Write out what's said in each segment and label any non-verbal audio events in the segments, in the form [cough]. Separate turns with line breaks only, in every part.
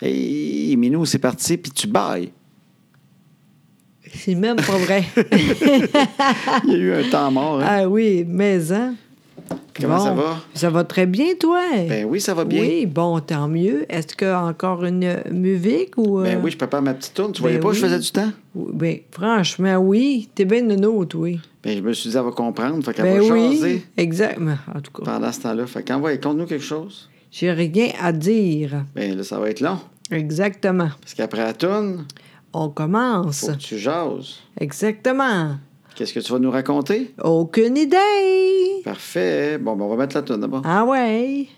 Hey, Minou, c'est parti, puis tu bailles.
C'est même pas
[laughs]
vrai.
Il y a eu un temps mort. hein.
ah oui, mais hein?
Comment ça
Bon,
va?
Ça va très bien, toi?
Ben oui, ça va bien.
Oui, bon, tant mieux. Est-ce que encore une musique ou...
Ben
euh,
oui, je prépare ma petite tourne. Tu
ben
voyais pas, je
oui.
faisais du temps?
ou- ben, franchement, oui. T'es bien de nôtre, oui.
Ben, je me suis dit, elle va comprendre. Fait qu'elle
ben
va
oui,
jaser
exactement. En tout cas,
pendant ce temps-là. Fait qu'envoie, conte-nous quelque chose.
j'ai rien à dire.
Ben là, ça va être long.
Exactement.
Parce qu'après la tourne,
On commence.
faut que tu jases.
Exactement.
Qu'est-ce que tu vas nous raconter?
Aucune idée.
Parfait. Bon, ben, on va mettre la tourne d'abord.
Ah ouais.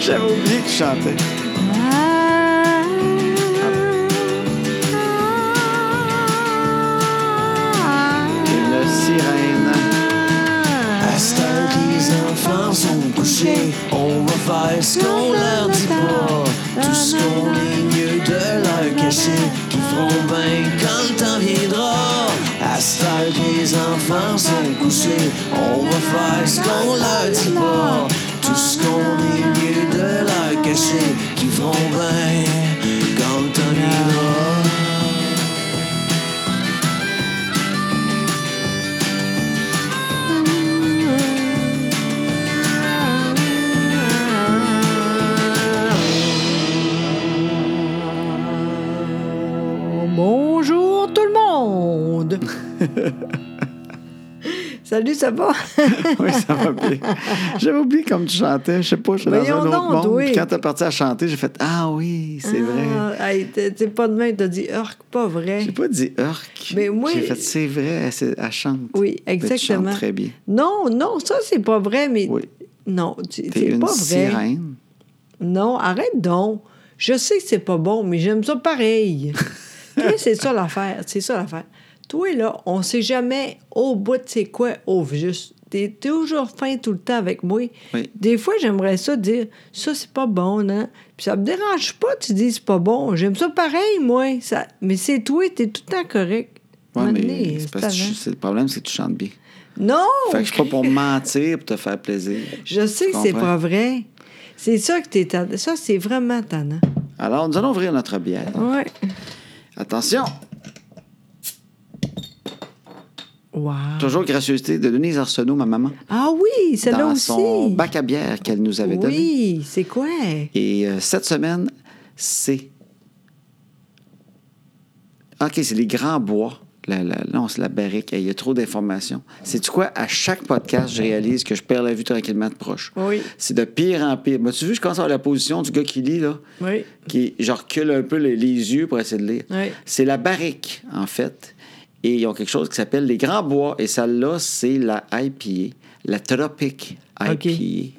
J'avais oublié que tu chantais. Une sirène.
À ce
é
temps que les enfants sont
um
couchés, on va faire ce qu'on leur dit pas. Tout ce qu'on est mieux de leur cacher, qui feront bien quand le temps viendra. À ce temps que les enfants sont couchés, on va faire ce qu'on leur dit pas. Tout ce qu'on est mieux de leur cacher, qui feront bien quand le temps viendra.
Bonjour tout le monde. Salut, ça va?
[laughs] Oui, ça va bien. J'avais oublié comme tu chantais. Je sais pas, je suis dans un
Voyons
autre
donc,
monde.
oui.
Puis quand t'es parti à chanter, j'ai fait Ah oui, c'est vrai.
Ah, hey, t'es t'es pas de même, t'as dit Urk, pas vrai.
J'ai pas dit Urk.
Mais moi-
J'ai fait C'est vrai, elle, c'est- elle chante.
Ben Oui,
Mais tu chantes
exactement.
très bien.
Non, non, ça c'est pas vrai, mais.
Oui.
Non, tu-
T'es
c'est
une
pas vrai.
sirène.
Non, arrête donc. Je sais que c'est pas bon, mais j'aime
[laughs]
ça pareil. Toi, c'est ça l'affaire. C'est ça l'affaire. Toi, là, on sait jamais au bout de c'est quoi au juste. T'es toujours fin tout le temps avec moi.
Oui.
Des fois, j'aimerais ça dire ça, c'est pas bon, non? Puis ça me dérange pas, tu dis c'est pas bon. J'aime ça pareil, moi. Ça... Mais c'est toi, t'es tout le temps correct.
Ouais,
Un moment
mais
donné,
c'est parce que
talent.
tu- c'est- le problème, c'est que tu chantes bien.
Non!
Fait que je suis pas
[laughs]
pour mentir, pour te faire plaisir.
Je sais
Tu
que c'est
comprends?
pas vrai. C'est ça que t'es. tannant. Ça, c'est vraiment tannant.
Alors, nous allons ouvrir notre bière.
Ouais.
Attention!
Wow.
Toujours gracieuseté de Denise Arsenault, ma maman,
Ah oui, celle-là
dans
aussi.
son bac à bière qu'elle nous avait donné.
Oui, c'est quoi?
Et euh, cette semaine, c'est. OK, c'est les grands bois. La, la, là, on se la barrique. Hey, Il y a trop d'informations. C'est quoi? À chaque podcast, je réalise que je perds la vue tranquillement de proche.
Oui.
C'est de pire en pire. M'as-tu vu, je commence à avoir la position du gars qui lit, là?
Oui.
Qui, je recule un peu les, les yeux pour essayer de lire.
Oui.
C'est la barrique, en fait. Et ils ont quelque chose qui s'appelle les grands bois. Et celle-là, c'est la IPA, la Tropic IPA.
OK.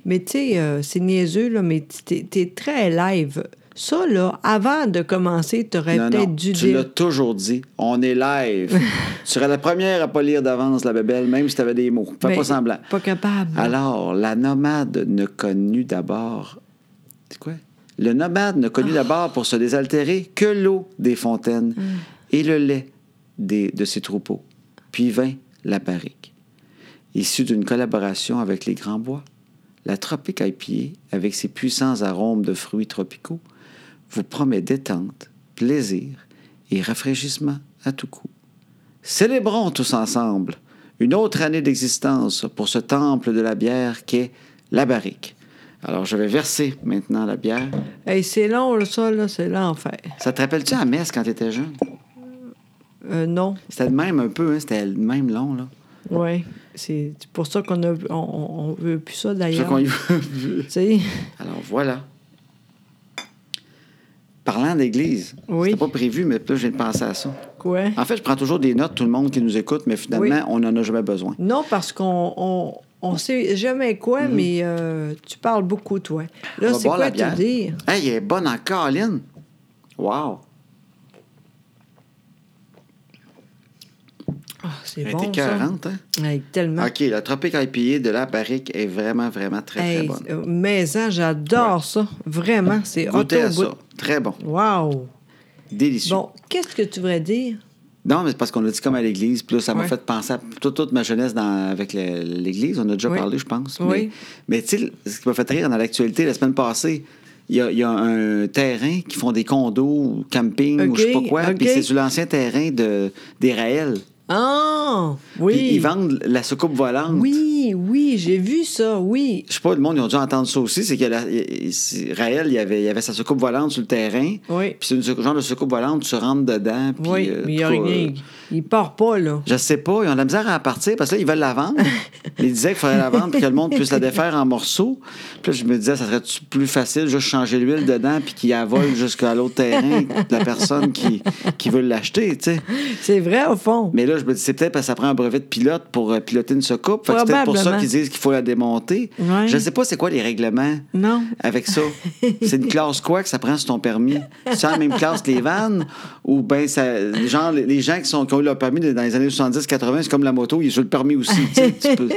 Mais tu sais, euh, c'est niaiseux, là, mais tu- t'es t'es très live. Ça, là, avant de commencer, t'aurais
Non, non,
Ben, peut-être dû
tu l'as
dire.
toujours dit. On est
[laughs]
live. tu serais la première à pas lire d'avance la bébelle, même si tu avais des mots. Fais
Mais
pas semblant.
Pas capable.
Alors, la nomade ne connut d'abord. C'est quoi? Le nomade ne connut d'abord pour se désaltérer que l'eau des fontaines et le lait des- de ses troupeaux. Puis vint la barrique. Issue d'une collaboration avec les Grands Bois, la Tropique IPA, avec ses puissants arômes de fruits tropicaux, vous promet détente, plaisir et rafraîchissement à tout coup. Célébrons tous ensemble une autre année d'existence pour ce temple de la bière qu'est la barrique. Alors, je vais verser maintenant la bière.
Hey, c'est long, là, ça, là, c'est l'enfer.
Ça te rappelle-tu à Metz quand tu étais jeune?
Euh, non.
C'était de même un peu, hein? c'était le même long, là.
Oui. C'est pour ça qu'on a, on, on- on veut plus
C'est
ça,
pour ça
d'ailleurs.
qu'on y
Tu
va.
sais?
Alors, voilà. Parlant d'église,
Oui.
c'était pas prévu, mais là, je viens de penser à ça.
Quoi?
En fait, je prends toujours des notes, tout le monde qui nous écoute, mais finalement,
Oui.
on n'en a jamais besoin.
Non, parce qu'on on, on sait jamais quoi, mais euh, tu parles beaucoup, toi. Là,
Mm-hmm. On va
c'est
boire
quoi
la bière.
te dire?
Hey, elle est bonne en Caroline. Wow!
Ah, c'est
Elle
bon,
était
ça.
40, hein?
Hey, tellement.
OK, la Tropic IPA de la barrique est vraiment, vraiment très, très
Hey,
bonne.
euh, maison, j'adore ça. Vraiment, c'est
Goûtez
auto
à ça. Très bon.
Wow!
Délicieux.
Bon, qu'est-ce que tu voudrais dire?
Non, mais c'est parce qu'on l'a dit comme à l'église. Puis là, ça m'a
Ouais.
fait penser à toute, toute ma jeunesse dans- avec le- l'église. On a déjà
Oui.
parlé, je pense.
Oui.
Mais, mais tu sais, ce qui m'a fait rire dans l'actualité, la semaine passée, il y, a, il y a un terrain qui font des condos ou camping ou je sais pas
Ok,
quoi. Puis
ok.
c'est sur l'ancien terrain de- d'Israël.
Ah! Oui!
Puis ils vendent la soucoupe volante.
Oui, oui, j'ai vu ça, oui.
Je sais pas, le monde, ils ont dû entendre ça aussi. C'est que la- il- il- Raël, il y avait, il y avait sa soucoupe volante sur le terrain.
Oui.
Puis c'est une soucoupe- genre de soucoupe volante, tu rentres dedans. Puis,
oui,
euh,
mais il y a
en tout cas,
rien. Il part pas, là.
Je sais pas, ils ont de la misère à en partir parce que là, ils veulent la
[laughs]
vendre. ils disaient qu'il faudrait la vendre pour que le monde puisse la défaire en morceaux. Puis là, je me disais, ça serait plus facile juste changer l'huile dedans puis qu'il la vole jusqu'à l'autre terrain de la personne qui, qui veut l'acheter, tu sais.
C'est vrai, au fond.
Mais là, je me dis, c'est peut-être parce que ça prend un brevet de pilote pour euh, piloter une soucoupe. Fait que c'est peut-être pour ça
Probablement.
qu'ils disent qu'il faut la démonter.
Ouais.
Je sais pas c'est quoi les règlements
Non.
avec ça. c'est une classe quoi que ça prend sur ton permis? C'est la même classe que les vannes? Ou bien, ça, genre, les- les gens qui, sont, qui ont eu leur permis dans les années 70-80, c'est comme la moto, ils ont le permis aussi. tu sais, tu peux-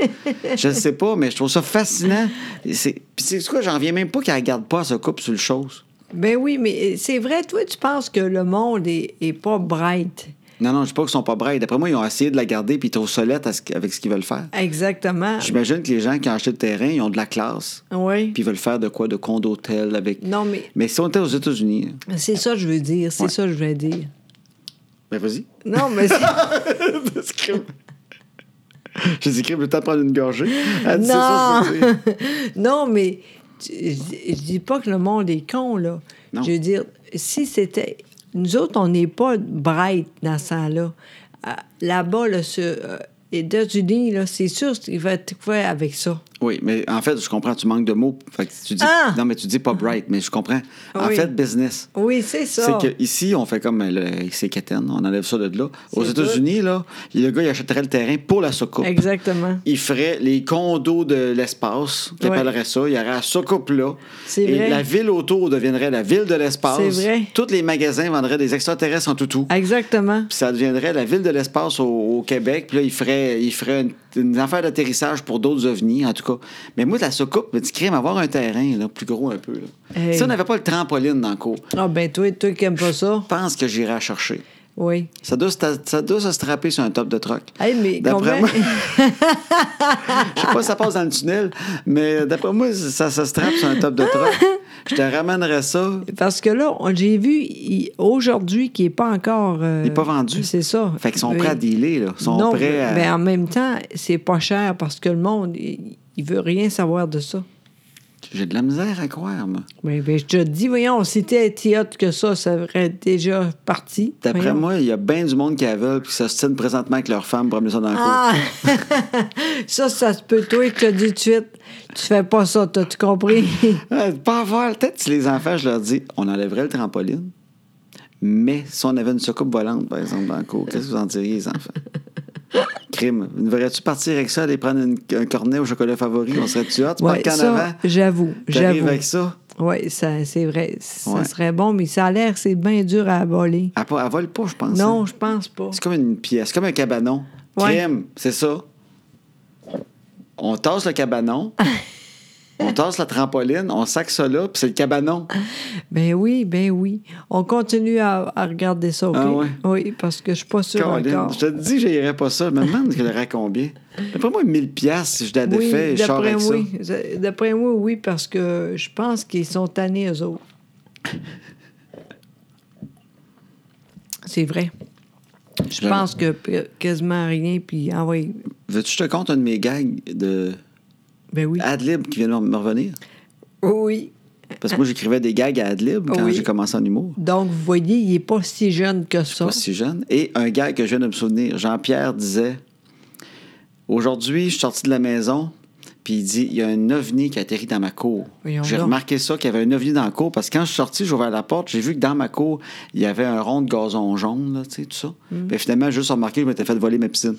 je sais pas, mais je trouve ça fascinant. Et c'est- Puis c'est quoi, j'en reviens même pas qu'elle garde pas sa coupe sur le chose.
Ben oui, mais c'est vrai, toi, tu penses que le monde est, est pas bright.
Non, non, je sais pas qu'ils sont pas brailles. D'après moi, ils ont essayé de la garder puis ils trouvent solette à ce- avec ce qu'ils veulent faire.
Exactement.
J'imagine que les gens qui ont acheté le terrain, ils ont de la classe.
Oui.
Puis ils veulent faire de quoi? De condo hôtel avec.
Non, mais
Mais si on était aux États-Unis. hein,
c'est ça que je veux dire. C'est
Ouais.
ça que je veux dire.
Ben vas-y.
Non, mais c'est-
Parce que- [laughs] J'ai dit, crime, le temps de prendre une gorgée. Elle dit, c'est ça,
Non.
je veux dire.
non, mais tu- je, je dis pas que le monde est con, là.
Non.
Je veux dire, si c'était. Nous autres, on n'est pas bright dans ce sens-là. À- Là-bas, là, sur, euh, les États-Unis, là, c'est sûr qu'il va être quoi avec ça.
Oui, mais en fait, je comprends, tu manques de mots. Fait que tu dis,
Ah!
Non, mais tu dis pas bright, mais je comprends. En
Oui.
fait, business.
Oui, c'est ça.
C'est qu'ici, on fait comme euh, le c'est quétaine, on enlève ça de là. Aux
C'est
États-Unis, là, le gars, il achèterait le terrain pour la soucoupe.
Exactement.
Il ferait les condos de l'espace, qu'il
Ouais.
appellerait ça. Il y aurait la soucoupe là.
C'est
Et
vrai.
la ville autour deviendrait la ville de l'espace.
C'est vrai.
Tous les magasins vendraient des extraterrestres en toutou.
Exactement.
Puis ça deviendrait la ville de l'espace au, au Québec. Puis là, il ferait, il ferait une, une affaire d'atterrissage pour d'autres ovnis, en tout cas. Mais moi, la soucoupe, petit crime, avoir un terrain là, plus gros un peu. Là.
Hey.
Si on n'avait pas le trampoline dans le cours,
Ah, ben, toi, toi qui n'aimes pas ça.
je pense que j'irais à chercher.
Oui.
Ça doit, se ta- ça doit se strapper sur un top de truck.
Hey, mais
D'après
combien-
moi, je sais pas si ça passe dans le tunnel, mais d'après moi, ça se strappe sur un top de truck. Je te ramènerais ça.
[laughs] Parce que là, on- j'ai vu il- aujourd'hui qu'il n'est pas encore. euh,
Il est pas vendu.
C'est ça.
Fait qu'ils sont
Oui.
prêts à dealer, là. Ils sont
non,
prêts à.
mais- mais en même temps, c'est pas cher parce que le monde, il, il veut rien savoir de ça.
J'ai de la misère à croire, moi.
Mais, ben, je te dis, voyons, si t'es si hot que ça, ça aurait déjà parti.
D'après
Voyons.
moi, il y a bien du monde qui aveugle qui s'ostine présentement avec leur femme pour amener ça dans le cours.
Ah! [laughs] ça, ça se peut. Toi, je te dis tout de suite, tu fais pas ça, t'as-tu compris?
[laughs] Euh, pas avoir. Peut-être si les enfants, je leur dis, on enlèverait le trampoline, mais si on avait une soucoupe volante, par exemple, dans le cours, qu'est-ce que vous en diriez, les
[laughs]
enfants? Crime. Ne verrais-tu partir avec ça, aller prendre une- un cornet au chocolat favori? On serait-tu hot? Tu
Ouais,
pars qu'en avant?
ça, j'avoue,
J'arrive
j'avoue.
avec ça?
Oui, ça, c'est vrai. Ça
Ouais.
serait bon, mais ça a l'air que c'est bien dur à aboler.
Elle, pas- elle vole pas, je pense. hein.
Non, je pense pas.
C'est comme une pièce, comme un cabanon.
Ouais.
Crime, c'est ça. On tasse le
[laughs]
cabanon, on tasse la trampoline, on sac ça là, puis c'est le cabanon.
Ben oui, ben oui. On continue à, à regarder ça, OK?
Ah ouais.
Oui, parce que je suis pas sûre
Colin,
encore.
je te dis, je n'irai pas ça. Je me demande qu'elle aurait combien. D'après moi, 1000 piastres, si je la
Oui,
défais, je sors
d'après
avec
moi, oui. D'après moi, oui, parce que je pense qu'ils sont tannés, eux autres. C'est vrai. Je
Je-
pense que p- quasiment rien, puis ah oui,
ça. Veux-tu que je te compte un de mes gags de
ben oui.
Adlib qui vient de me revenir?
Oui.
Parce que moi, j'écrivais des gags à Adlib quand
Oui.
j'ai commencé en humour.
Donc, vous voyez, il n'est pas si jeune que ça.
pas si jeune. Et un gars que je viens de me souvenir, Jean-Pierre disait Aujourd'hui, je suis sorti de la maison, puis il dit Il y a un ovni qui atterrit dans ma cour.
Voyons
J'ai
donc.
remarqué ça, qu'il y avait un ovni dans la cour, parce que quand je suis sorti, j'ai ouvert la porte, j'ai vu que dans ma cour, il y avait un rond de gazon jaune, là, tu sais, tout ça.
Mm.
Puis finalement, j'ai juste remarqué que je m'étais fait voler ma piscine.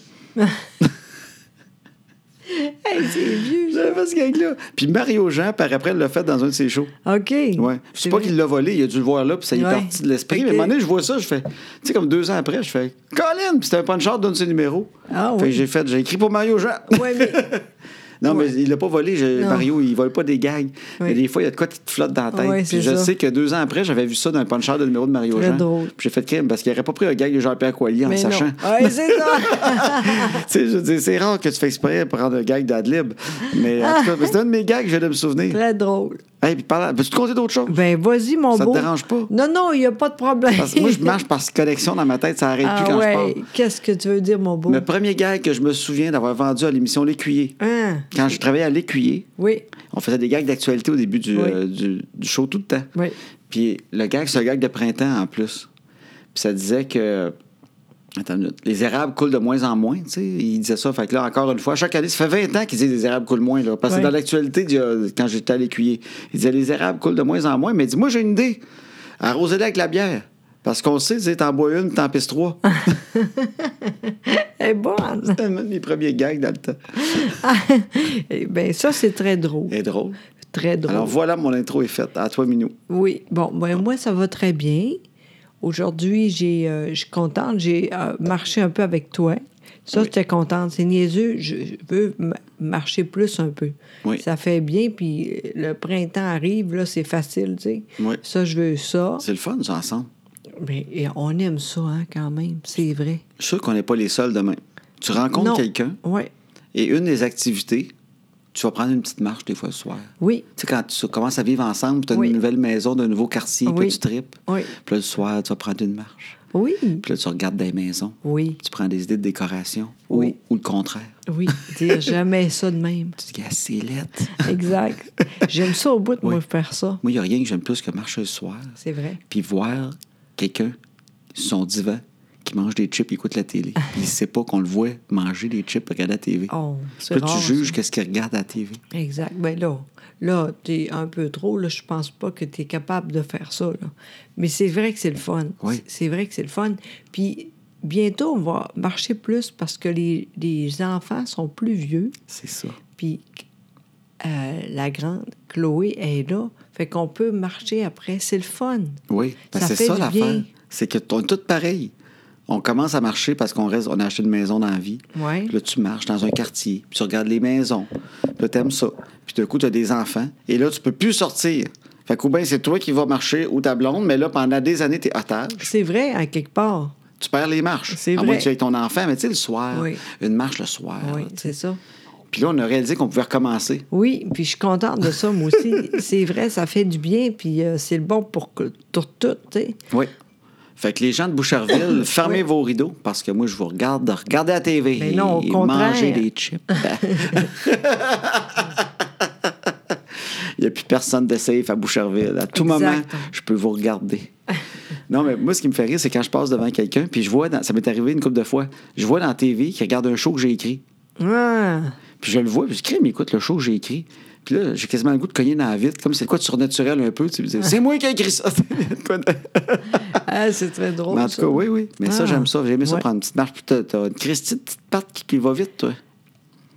Hey, c'est vieux.
J'avais fait ce gag-là. Puis Mario Jean, par après, l'a fait dans un de ses shows.
OK.
Ouais. Je sais pas qu'il l'a volé, il a dû le voir là, puis ça y est
Ouais.
parti de l'esprit. Mais à un
Ok.
moment donné, je vois ça, je fais. Tu sais, comme deux ans après, je fais Colin, puis c'était un punch-out, donne ses numéros.
Ah
Fait que
oui.
[laughs] j'ai fait, j'ai écrit pour Mario Jean.
Ouais, mais
Non,
Ouais.
mais il l'a pas volé, je-
Non.
Mario. Il vole pas des gags.
Oui.
Mais des fois, il y a de quoi qui te flotte dans la tête.
Ouais,
Puis
c'est
je
ça.
sais que deux ans après, j'avais vu ça dans un puncher de numéro de Mario
Très
Jean.
drôle.
Puis j'ai fait crime parce qu'il n'aurait pas pris un gag de Jean-Pierre Coilier en
Mais non. [laughs]
sachant.
Ouais, c'est
[laughs]
ça.
Tu sais, je veux dire, c'est rare que tu fais exprès pour prendre un gag d'Adlib. Mais en tout cas, c'est un de mes gags, je viens de me souvenir.
Très drôle.
Hey, puis parle- peux-tu te compter d'autres choses?
Ben, vas-y, mon
Ça te
beau.
dérange pas?
Non, non, il n'y a pas de problème.
Parce que moi,
[laughs]
je marche par connexion dans ma tête, ça n'arrête
Ah
plus quand
ouais.
je parle.
Qu'est-ce que tu veux dire, mon beau?
Le premier gag que je me souviens d'avoir vendu à l'émission L'Écuyer,
Hein?
quand je travaillais à L'Écuyer,
Oui,
on faisait des gags d'actualité au début du,
Oui.
euh, du- du show tout le temps.
oui.
Puis le gag, c'est un gag de printemps en plus. Puis ça disait que. Attends une minute. Les érables coulent de moins en moins, tu sais. Il disait ça. Fait que là, encore une fois, chaque année, ça fait 20 ans qu'ils disent les érables coulent moins, là. Parce que
Ouais.
dans l'actualité, d'il y a- quand j'étais à l'écuyer, il disait les érables coulent de moins en moins. Mais dis-moi, j'ai une idée. Arrosez-les avec la bière. Parce qu'on sait, tu sais, t'en bois une, t'en pisses
[laughs]
trois.
Elle est bonne.
C'était un de mes premiers gags dans le temps.
Eh ben, ça, c'est très drôle.
Et drôle.
Très drôle.
Alors voilà, mon intro est faite. À toi, Minou.
Oui, bon, ben, moi, ça va très bien. Aujourd'hui, j'ai, euh, je suis contente. J'ai euh, marché un peu avec toi. Ça, j'étais contente. C'est niaiseux. Je, je veux m- marcher plus un peu.
Oui.
Ça fait bien, puis euh, le printemps arrive, là, c'est facile, tu sais.
Oui.
Ça, je veux ça.
C'est le fun, ça, ensemble.
Mais et on aime ça, hein, quand même. C'est vrai.
Je suis sûr qu'on n'est pas les seuls demain. Tu
Non.
rencontres quelqu'un.
Oui.
Et une des activités, tu vas prendre une petite marche des fois le soir.
Oui.
Tu sais, quand tu commences à vivre ensemble, tu as
Oui.
une nouvelle maison, d'un nouveau quartier, puis
Oui.
là, tu tripes.
Oui.
Puis là, le soir, tu vas prendre une marche.
Oui.
Puis là, tu regardes des maisons.
Oui.
Tu prends des idées de décoration. Ou-
Oui.
Ou, le contraire.
Oui. [laughs] Dire jamais ça de même.
Tu dis, ah, c'est lettre.
Exact. J'aime ça au bout de moi faire ça.
Moi, il n'y a rien que j'aime plus que marcher le soir,
C'est vrai.
puis voir quelqu'un sur son divan qui mange des chips, il écoute la
[laughs]
télé. Il sait pas qu'on le voit manger des chips, regarder la télé.
Oh, c'est
Puis là,
rare,
tu juges qu'est-ce qu'il regarde à la télé.
Exact. Ben là, là, t'es un peu trop. Là, je pense pas que tu es capable de faire ça. là. Mais c'est vrai que c'est le fun.
Oui.
C'est vrai que c'est le fun. Puis bientôt, on va marcher plus parce que les, les enfants sont plus vieux.
C'est ça.
Puis euh, la grande Chloé est là. Fait qu'on peut marcher après. C'est le fun.
Oui, ben,
Ça
c'est
fait
ça
du
l'affaire.
bien.
C'est que t- on est tous pareils. On commence à marcher parce qu'on reste, on a acheté une maison dans la vie.
Ouais.
Puis Là, tu marches dans un quartier, puis tu regardes les maisons. Puis là, t'aimes ça. Puis d'un coup, tu as des enfants. Et là, tu peux plus sortir. Fait qu'au bien, c'est toi qui vas marcher ou ta blonde, mais là, pendant des années, t'es otage.
C'est vrai, à quelque part.
Tu perds les marches.
C'est
À moins
vrai.
que tu aies ton enfant, mais tu sais, le soir,
Oui.
une marche le soir.
Oui,
Ah, tu sais.
c'est ça.
Puis là, on a réalisé qu'on pouvait recommencer.
Oui, puis je suis contente de ça, moi
[laughs]
aussi. c'est vrai, ça fait du bien, puis euh, c'est le bon pour, que- pour tout, tu sais.
Oui. Fait que les gens de Boucherville, fermez
[coughs] Oui.
vos rideaux parce que moi, je vous regarde regarder la TV
Mais Ben non, au
et
contraire.
manger des
[laughs]
chips. Il n'y a plus personne de safe à Boucherville. À tout
Exact.
moment, je peux vous regarder. Non, mais moi, ce qui me fait rire, c'est quand je passe devant quelqu'un, puis je vois, dans- ça m'est arrivé une couple de fois, je vois dans la TV qu'il regarde un show que j'ai écrit.
Ah,
Puis je le vois, puis je crie, mais écoute, le show que j'ai écrit. Puis là, j'ai quasiment le goût de cogner dans la vitre, comme c'est quoi de surnaturel un peu. tu sais. C'est moi qui ai écrit ça. [laughs]
Ah, c'est très drôle.
Mais en tout
ça.
cas, oui, oui. Mais
Ah.
ça, j'aime ça. J'ai aimé ça
Ouais.
prendre une petite marche. Puis t'as, t'as une Christine, petite patte qui, qui va vite, toi.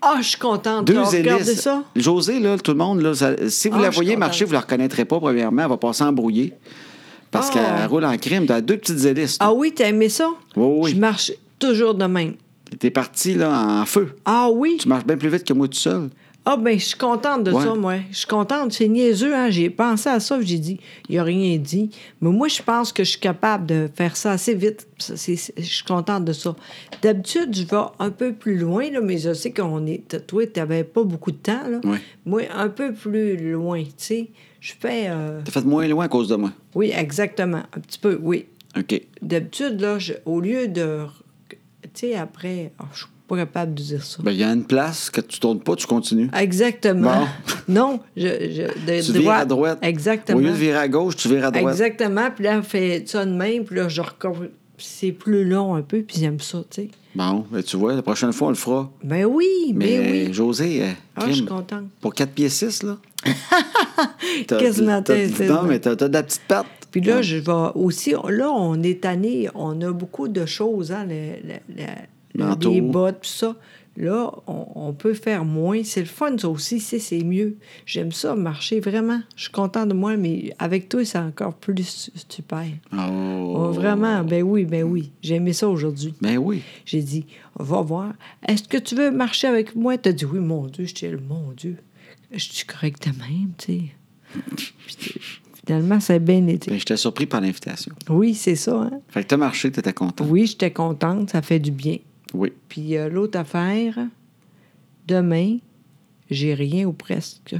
Ah, je suis contente.
Deux
Deux Regardez
hélices.
ça.
José, là, tout le monde, là, ça- si vous
Ah,
la
je suis
voyez
contente.
marcher, vous la reconnaîtrez pas, premièrement. Elle va passer embrouillée. Parce
Ah.
qu'elle roule en crime. T'as deux petites hélices. toi.
Ah oui, t'as aimé ça?
Oui, oui.
Je marche toujours de même.
T'es parti, là, en feu.
Ah oui?
Tu marches bien plus vite que moi tout seul.
Ah ben, je suis contente de
Ouais.
ça, moi. Je suis contente. C'est niaiseux, hein? J'ai pensé à ça, puis j'ai dit, il a rien dit. Mais moi, je pense que je suis capable de faire ça assez vite. Ça, c'est- c'est- Je suis contente de ça. D'habitude, je vais un peu plus loin, là, mais je sais qu'on est... Toi, t'avais pas beaucoup de temps, là.
Ouais.
Moi, un peu plus loin, tu sais. Je fais... euh,
T'as fait moins loin à cause de moi.
Oui, exactement. Un petit peu, oui.
OK.
D'habitude, là, je- au lieu de... Tu sais, après... oh, je suis pas capable de dire ça.
Ben, il y a une place que tu tournes pas, tu continues.
Exactement.
Bon.
[laughs] Non, je, je- de
Tu
droite.
vires à droite.
Exactement.
Au lieu de virer à gauche, tu vires à droite.
Exactement. Puis là, on fait ça de même. Puis là, je recours. C'est plus long un peu, puis j'aime ça, tu sais.
Bon, ben, tu vois, la prochaine fois, on le fera.
Ben oui,
Mais,
ben oui.
José, euh,
Ah, je suis
crime,
contente.
pour 4 pieds 6, [laughs] là. T'as-
Quasiment,
t'as-
t'es-
dis
t'es-
Non, mais t'as t'as de la petite patte.
Puis là,
Ouais.
je vais aussi... Là, on est tanné. On a beaucoup de choses, hein, le- le- le- le-
Manteau.
les bottes, tout ça. Là, on, on peut faire moins. C'est le fun, ça aussi, c'est, c'est mieux. J'aime ça, marcher, vraiment. Je suis contente de moi, mais avec toi, c'est encore plus super.
Oh.
Oh, vraiment, ben oui, ben oui. J'ai aimé ça aujourd'hui.
Ben oui.
J'ai dit, va voir, est-ce que tu veux marcher avec moi? Tu as dit, oui, mon Dieu, je dis, mon Dieu, je suis correct de même, tu sais. Puis, tu- Finalement, ça a bien été.
Ben, j'étais surpris par l'invitation.
Oui, c'est ça, hein?
Fait que t'as marché, t'étais content.
Oui, j'étais contente, ça fait du bien.
Oui.
Puis euh, l'autre affaire, demain, j'ai rien ou presque.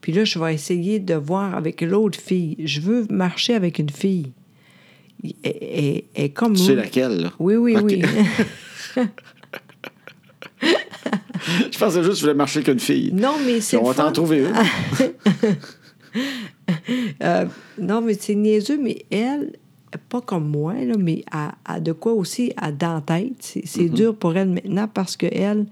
Puis là, je vais essayer de voir avec l'autre fille. Je veux marcher avec une fille. Elle- Elle elle est comme
Tu
moi.
sais laquelle, là?
Oui, oui,
Ok.
oui.
[laughs] Je pensais juste que tu voulais marcher qu'une fille.
Non, mais
Puis
c'est.
on
le
va t'en
fun.
trouver une.
Euh, non, mais c'est niaiseux, mais elle, pas comme moi, là, mais a, de quoi aussi, à dans la tête. C'est c'est
Mm-hmm.
dur pour elle maintenant parce qu'elle,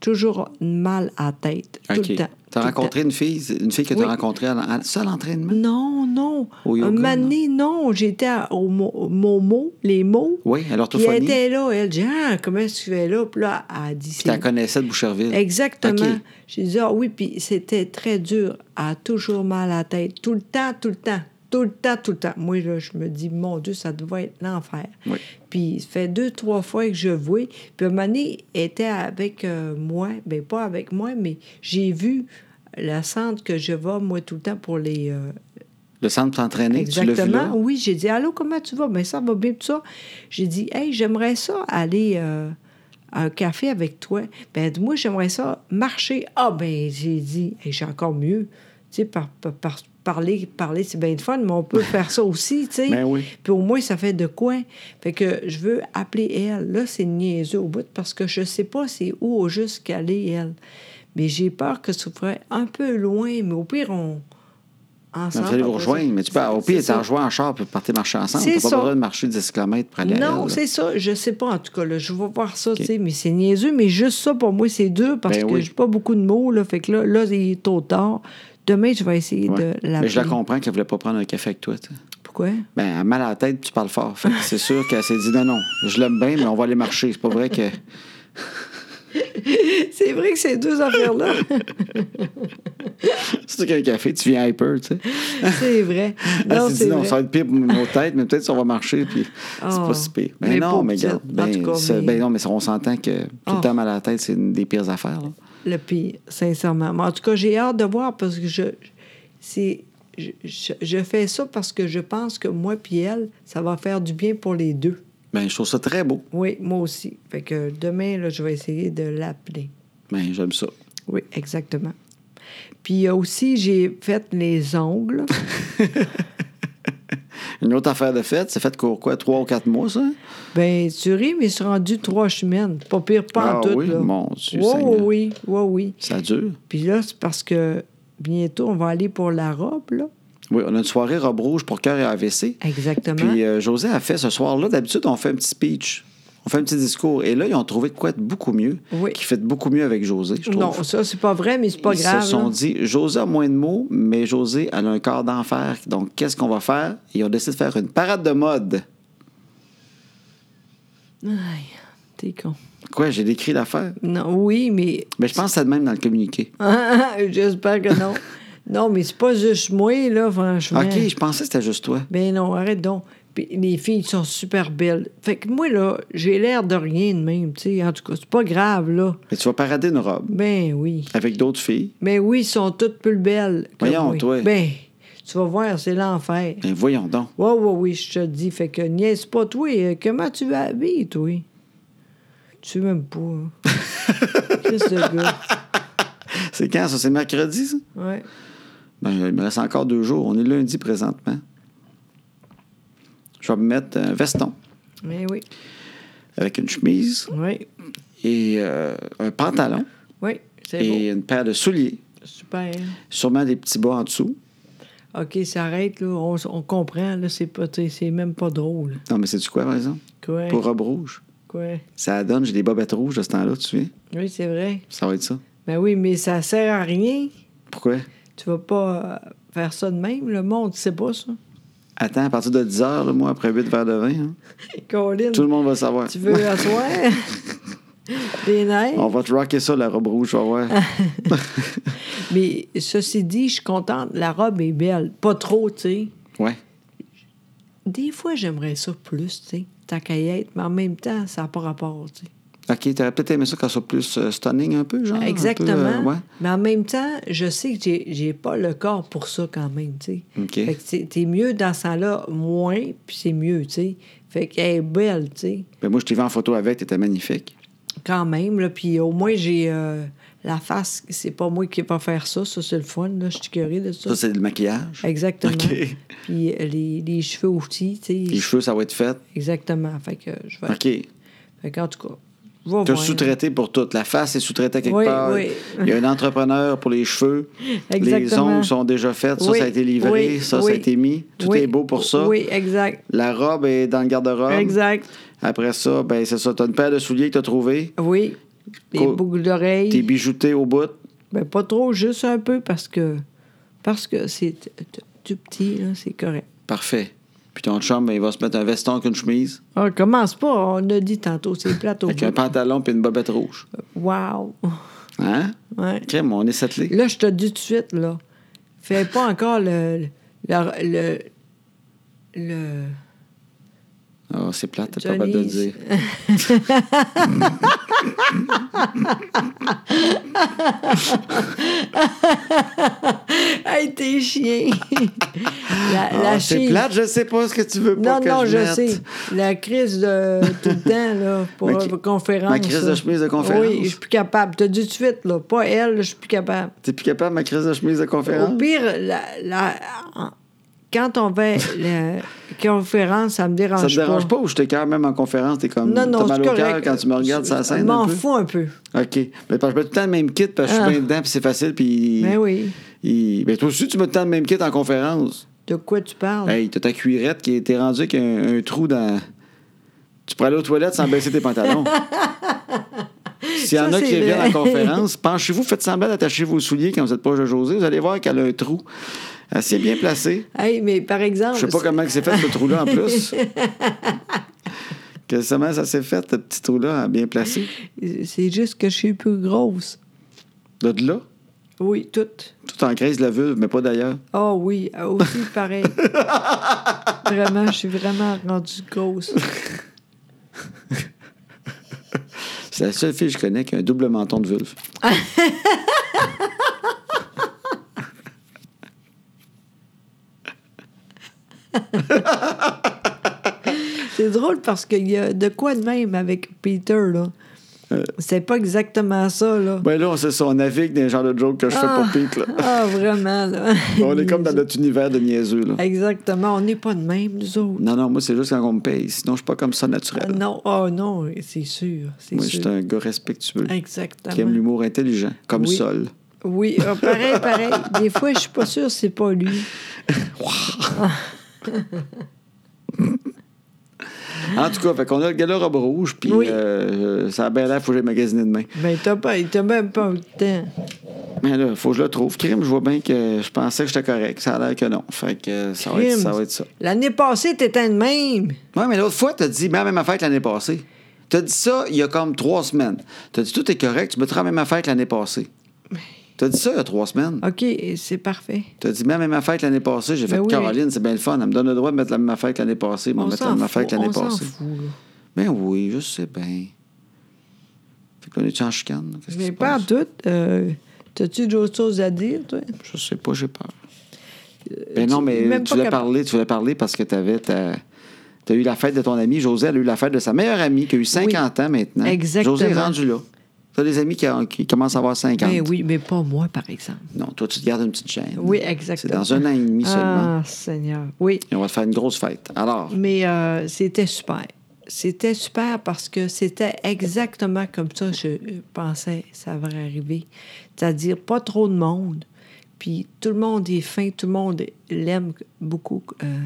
toujours mal à la tête. Tout le
OK.
temps. tout
T'as
le
rencontré une fille, une fille que t'as
Oui.
rencontrée à, l'en- à- ça, à l'entraînement?
Non, non.
Au yoga,
un moment donné, non. J'étais à- au mo- mon mot, les mots.
Oui, à
Puis elle
l'orthophonie.
était là. Elle dit Ah, comment est-ce que tu es là? Puis là, elle a dit
Tu la
c'est-
connaissais de Boucherville.
Exactement.
OK.
J'ai dit Ah oui, puis c'était très dur. Elle a toujours mal à la tête. Tout le temps, tout le temps. Tout le temps, tout le temps. Moi, là, je me dis Mon Dieu, ça devait être l'enfer.
Oui.
Puis ça fait deux, trois fois que je vois. Puis à un moment donné, elle était avec euh, moi, ben pas avec moi, mais j'ai vu la centre que je vais, moi, tout le temps pour les. euh,
Le centre pour t'entraîner, tu l'as vu là?
Exactement. Oui, j'ai dit Allô, comment tu vas? Mais ça va bien, tout ça. J'ai dit Hey, j'aimerais ça aller euh, à un café avec toi. Ben, moi, j'aimerais ça marcher. Ah, ben, j'ai dit Hey, j'ai encore mieux. Tu sais, par, par- par- parler, parler, c'est bien de fun, mais on peut faire ça aussi, tu sais.
Ben oui.
Puis au moins, ça fait de quoi. Fait que je veux appeler elle. Là, c'est niaiseux au bout parce que je sais pas c'est où au juste qu'elle est, elle. Mais j'ai peur que ce soit un peu loin, mais au pire, on.
Non,
Ensemble,
vous allez vous
après ça.
rejoindre, mais tu peux, au
C'est
pire,
ça.
t'en rejoins en char puis partez marcher ensemble.
C'est
T'as pas
ça.
besoin de marcher 10 km pour aller à
Non,
elle, là.
c'est ça. Je sais pas, en tout cas. Là, je vais voir ça, tu sais. Mais c'est niaiseux. Mais juste ça, pour moi, c'est dur parce
Ben
que
oui.
j'ai pas beaucoup de mots. Là, fait que là, là, il est trop tard. Demain, je vais essayer
Ouais.
de la.
Mais je la comprends qu'elle voulait pas prendre un café avec toi. tu sais.
Pourquoi? [laughs]
Ben, elle a mal à la tête, puis tu parles fort. Fait que c'est sûr qu'elle s'est dit non, non, je l'aime bien, mais on va aller marcher. C'est pas vrai que. [laughs]
C'est vrai que ces
[laughs]
deux affaires-là,
Si tu as un café, tu viens hyper, tu sais.
c'est vrai.
Elle
Non,
s'est dit
c'est
non,
vrai.
ça va être pire pour nos têtes, mais peut-être ça va marcher, puis c'est
Oh.
pas si pire. Ben
Mais
non,
pauvre
mais
petite.
regarde.
En
Ben,
tout cas,
ça-
mais-
ben non, mais ça, on s'entend que tout
Oh.
le temps mal à la tête, c'est une des pires affaires. là.
Le pire, sincèrement. Mais en tout cas, j'ai hâte de voir parce que je, c'est, je, je- je fais ça parce que je pense que moi puis elle, ça va faire du bien pour les deux.
Ben, je trouve ça très beau.
Oui, moi aussi. Fait que demain, là, je vais essayer de l'appeler.
Ben, j'aime ça.
Oui, exactement. Puis euh, aussi, j'ai fait
[laughs]
les ongles.
Une autre affaire de fête, c'est fait court quoi, trois ou quatre mois, ça?
ben, tu ris, mais c'est rendu trois semaines. Pas pire, pas
Ah
en tout.
oui,
là.
mon Dieu
Oui,
Seigneur.
oui, oui, oui.
Ça dure.
Puis là, c'est parce que bientôt, on va aller pour la robe, là.
Oui, on a une soirée robe rouge pour cœur et AVC.
Exactement.
Puis euh, José a fait ce soir-là, d'habitude, on fait un petit speech. On fait un petit discours. Et là, ils ont trouvé de quoi être beaucoup mieux,
Oui.
qui fait beaucoup mieux avec José, je trouve.
non, ça, c'est pas vrai, mais c'est pas
Ils
grave.
se sont
là.
dit, José a moins de mots, mais José elle a un corps d'enfer. Donc, qu'est-ce qu'on va faire? Ils ont décidé de faire une parade de mode.
Aïe, t'es con.
Quoi, j'ai décrit l'affaire?
Non, oui, mais [laughs]
Mais je pense que c'est de même dans le communiqué.
j'espère que non. non, mais c'est pas juste moi, là, franchement.
OK, je pensais que c'était juste toi.
Ben non, arrête donc. Puis les filles sont super belles. Fait que moi, là, j'ai l'air de rien de même, tu sais. En tout cas, c'est pas grave, là.
Mais tu vas parader une robe
Ben oui.
avec d'autres filles.
Ben oui, elles sont toutes plus belles. que
Voyons,
moi.
toi.
Ben, tu vas voir, c'est l'enfer.
Ben, voyons donc.
Ouais, ouais, oui, je te le dis. Fait que niaise pas, toi. euh, Comment tu vas habiller, toi? Tu sais même pas. hein.
[laughs]
Qu'est-ce que ce gars?
C'est quand, ça? C'est mercredi, ça?
Ouais.
Ben, il me reste encore deux jours. On est lundi présentement. Je vais me mettre un veston
Mais oui.
avec une chemise
Oui.
et euh, un pantalon
Oui. C'est
et une paire de souliers.
beau. Super.
Sûrement des petits bas en dessous.
OK, ça arrête, là. On, s- on comprend, là. C'est pas, tu sais, c'est même pas drôle.
Non, mais c'est-tu quoi, par exemple?
Quoi?
Pour robe rouge.
Quoi?
Ça donne, j'ai des bobettes rouges de ce temps-là, tu te souviens?
Oui, c'est vrai.
Ça va être ça.
Ben oui, mais ça sert à rien.
Pourquoi?
Tu vas pas euh, faire ça de même. Le monde, c'est pas ça.
Attends, à partir de 10 h, moi, après 8 verres de vin, hein,
Colin,
tout le monde va savoir.
tu veux asseoir? Des nerfs.
[laughs] On va te rocker ça, la robe rouge, ouais.
[laughs] Mais ceci dit, je suis contente. La robe est belle. Pas trop, tu sais.
ouais.
Des fois, j'aimerais ça plus, tu sais. Tant qu'à y être, mais en même temps, ça n'a pas rapport, tu sais.
OK, t'aurais peut-être aimé ça quand ça soit plus euh, stunning un peu, genre. un peu, euh,
Exactement.
ouais.
Mais en même temps, je sais que j'ai- j'ai pas le corps pour ça quand même, tu sais.
OK.
Fait que c'est- t'es mieux dans ce temps-là, moins, puis c'est mieux, tu sais. Fait qu'elle est belle, tu sais,
Ben, moi, je t'ai vu en photo avec, t'étais magnifique.
quand même, là. Puis au moins, j'ai euh, la face, c'est pas moi qui vais pas faire ça, ça, c'est le fun, là. Je suis curée de ça.
Ça, c'est le maquillage.
Exactement.
OK.
Puis euh, les, les cheveux aussi, tu
Les
sais.
cheveux, ça va être fait.
Exactement. Fait que je vais...
OK.
Fait qu'en tout cas, je vais
T'as
voir.
sous-traité pour tout. La face est sous-traitée quelque
Oui,
part.
oui.
Il y a un entrepreneur pour les cheveux. Les
Exactement.
ongles sont déjà faits. Ça,
Oui,
ça a été livré.
oui,
ça, ça
oui.
a été mis. Tout
Oui,
est beau pour ça. Um,
Oui, exact.
La robe est dans le garde-robe.
Exact.
Après ça, ben c'est ça. T'as une paire de souliers que t'as trouvé.
Oui. Les
Co-
boucles
T'es
d'oreilles.
bijouté au bout.
Ben, pas trop, juste un peu parce que parce que c'est t- t- tout petit, là, c'est correct.
Parfait. Puis ton chum, ben, il va se mettre un veston qu'une chemise,
On Ah, commence pas, on a dit tantôt, c'est plateau.
avec un pantalon puis une bobette rouge.
Wow! [laughs]
Hein?
Ouais.
Crème, on est settelé.
Là, je te dis tout de suite, là. Fais pas encore le. Le. le, le-
Ah, c'est plate, t'es pas capable de le
Johnny's.
dire.
Hey, t'es chien! [laughs] la
Ah,
la
c'est
chie-
plate, je sais pas ce que tu veux pas
Non,
que
non,
je,
je,
mette.
sais. La crise de
[laughs]
tout le temps, là, pour
Ma
la
cri-
conférence.
ma crise de
là.
chemise de conférence.
Oui, je suis plus capable. T'as dit tout de suite, là. Pas elle, je suis plus capable.
T'es plus capable, ma crise de chemise de
Au
conférence?
pire, la, la- en- quand on fait [laughs] la conférence, ça me dérange Ah, pas.
Ça te dérange pas ou je t'écœure même en conférence? T'es comme.
Non, non,
T'as mal
c'est
au cœur
correct.
quand tu me regardes sur la
Je
scène un
m'en
peu?
fous un peu.
OK. Mais parce que je mets tout le temps le même kit parce que je
Ah.
suis bien dedans puis c'est facile puis.
Ben oui.
il- Ben toi aussi, tu mets tout le temps le même kit en conférence.
De quoi tu parles?
Hey, t'as ta cuirette qui était rendue avec un, un trou dans. Tu pourrais aller aux toilettes sans baisser tes
[laughs]
pantalons. S'il y en
Ça,
a qui
c'est
viennent
vrai.
en conférence, penchez-vous, faites semblant d'attacher vos souliers quand vous êtes proche de José. Vous allez voir qu'elle a un trou assez bien placé.
Hey, mais par exemple.
Je sais pas
c'est-
comment que c'est fait, ce trou-là, en [laughs] plus. Que- Comment ça s'est fait, ce petit trou-là, hein, bien placé?
C'est juste que je suis plus grosse.
De de là,
Oui, toutes.
tout en crise de la vulve, mais pas d'ailleurs.
Ah oui, aussi
[laughs]
pareil. vraiment, je suis vraiment rendue grosse.
C'est la seule fille que je connais qui a un double menton de vulve.
C'est drôle parce qu'il y a de quoi de même avec Peter, là. C'est pas exactement ça, là.
Euh. Ben là, on sait ça, on navigue dans le genre de joke que je fais pour Pete, là.
Ah, vraiment, là.
On est comme dans notre univers de niaiseux, là.
Exactement, on n'est pas de même, nous autres.
Non, non, moi, c'est juste quand on me paye. Sinon, je suis pas comme ça
Ah,
naturel.
Non, oh non, c'est sûr, c'est
Euh. Moi, je
sûr.
suis un gars respectueux qui aime
Exactement.
l'humour intelligent, comme
Oui.
Sol.
Oui, ah, pareil, pareil. Des fois, je suis pas sûre que c'est pas lui.
En tout cas, fait qu'on a le gala robe rouge, puis
Oui.
euh, ça a bien l'air, faut que j'aille magasiner demain.
Mais Ben, t'as pas, t'as même pas eu le temps.
Mais là, faut que je le trouve. Crime, je vois bien que je pensais que j'étais correct. Ça a l'air que non. Fait que euh, ça, va être, ça va être ça.
L'année passée, t'étais de même.
Ouais, mais l'autre fois, t'as dit mais la même affaire que l'année passée. T'as dit ça il y a comme trois semaines. T'as dit tout est correct, tu me la même affaire que l'année passée. T'as dit ça il y a trois semaines.
OK, c'est parfait.
T'as dit mais la même affaire que l'année passée. J'ai fait
Ben oui.
Caroline, c'est bien le fun. Elle me donne le droit de mettre la même affaire que l'année passée. mais On va mettre la
s'en
même
fout,
affaire que l'année
on s'en
passée.
fout, là.
Ben oui, je sais bien. Fait que là, on est en chicane. Qu'est-ce qui se
Mais pas en
passe?
tout. euh, T'as-tu d'autres choses à dire, toi?
Je sais pas, j'ai peur. Ben non, mais
même
tu
pas
voulais,
capable-
parler, tu voulais parler parce que tu avais ta... T'as eu la fête de ton ami. José, elle a eu la fête de sa meilleure amie qui a eu 50 ans maintenant.
Exactement.
José est rendu là. T'as des amis qui, ont- qui commencent à avoir 50.
Ben oui, mais pas moi, par exemple.
Non, toi, tu te gardes une petite chaîne.
Oui, exactement.
C'est dans un an et demi seulement.
Ah, Seigneur. Oui,
Et on va te faire une grosse fête. Alors,
mais euh, c'était super. C'était super parce que c'était exactement comme ça que je euh, pensais que ça va arriver. C'est-à-dire pas trop de monde. Puis tout le monde est fin, tout le monde l'aime beaucoup, euh,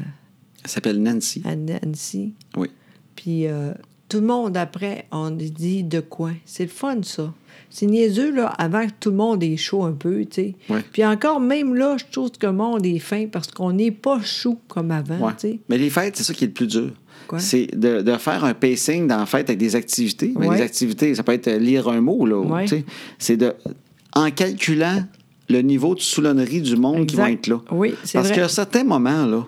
elle s'appelle Nancy.
à Nancy.
Oui.
Puis euh, Tout le monde, après, on dit de quoi. C'est le fun, ça. C'est niaiseux, là, avant que tout le monde est chaud un peu, tu sais.
Ouais.
Puis encore, même là, je trouve que le monde est fin parce qu'on n'est pas chou comme avant,
Ouais.
tu sais.
Mais les fêtes, c'est ça qui est le plus dur.
Quoi?
C'est de, de faire un pacing dans la fête avec des activités. Mais
Ouais.
les activités, ça peut être lire un mot, là. ou,
Ouais.
tu sais. C'est de. En calculant le niveau de soulonnerie du monde qui
Exact.
va être là.
Oui, c'est
Parce
vrai.
qu'il y a certains moments, là,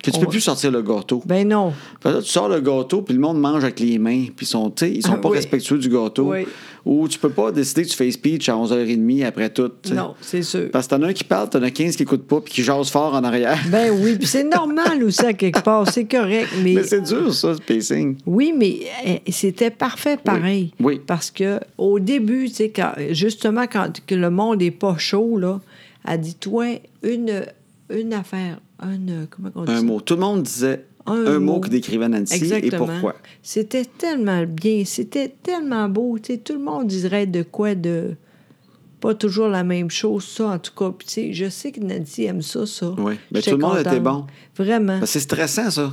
que tu
On
peux
va-
plus sortir le gâteau.
Ben non.
Fait que là, tu sors le gâteau, puis le monde mange avec les mains, puis ils sont, tu sais, ils sont
Ah,
pas
oui.
respectueux du gâteau.
Oui.
Ou tu peux pas décider que tu fais speech à 11h30 après tout. tu sais.
Non, c'est sûr.
Parce que t'en as un qui parle, t'en as 15 qui écoutent pas, puis qui jasent fort en arrière.
Ben oui, puis c'est normal aussi à quelque part, c'est correct,
[laughs]
mais,
Mais c'est dur, ça, ce pacing.
oui, mais eh, c'était parfait pareil.
Oui.
Parce que au début, tu sais, quand, justement, quand que le monde est pas chaud, là, elle dit toi une, une affaire, une, comment on dit
Un
ça?
mot. Tout le monde disait
Un
un, mot
mot.
que décrivait Nancy et
Exactement.
pourquoi.
C'était tellement bien, c'était tellement beau. tu sais, tout le monde dirait de quoi de. Pas toujours la même chose, ça, en tout cas. Puis, tu sais, je sais que Nancy aime ça, ça.
Oui, mais Ben, tout
J'étais
le monde était
contente.
bon.
Vraiment.
Parce que c'est stressant, ça.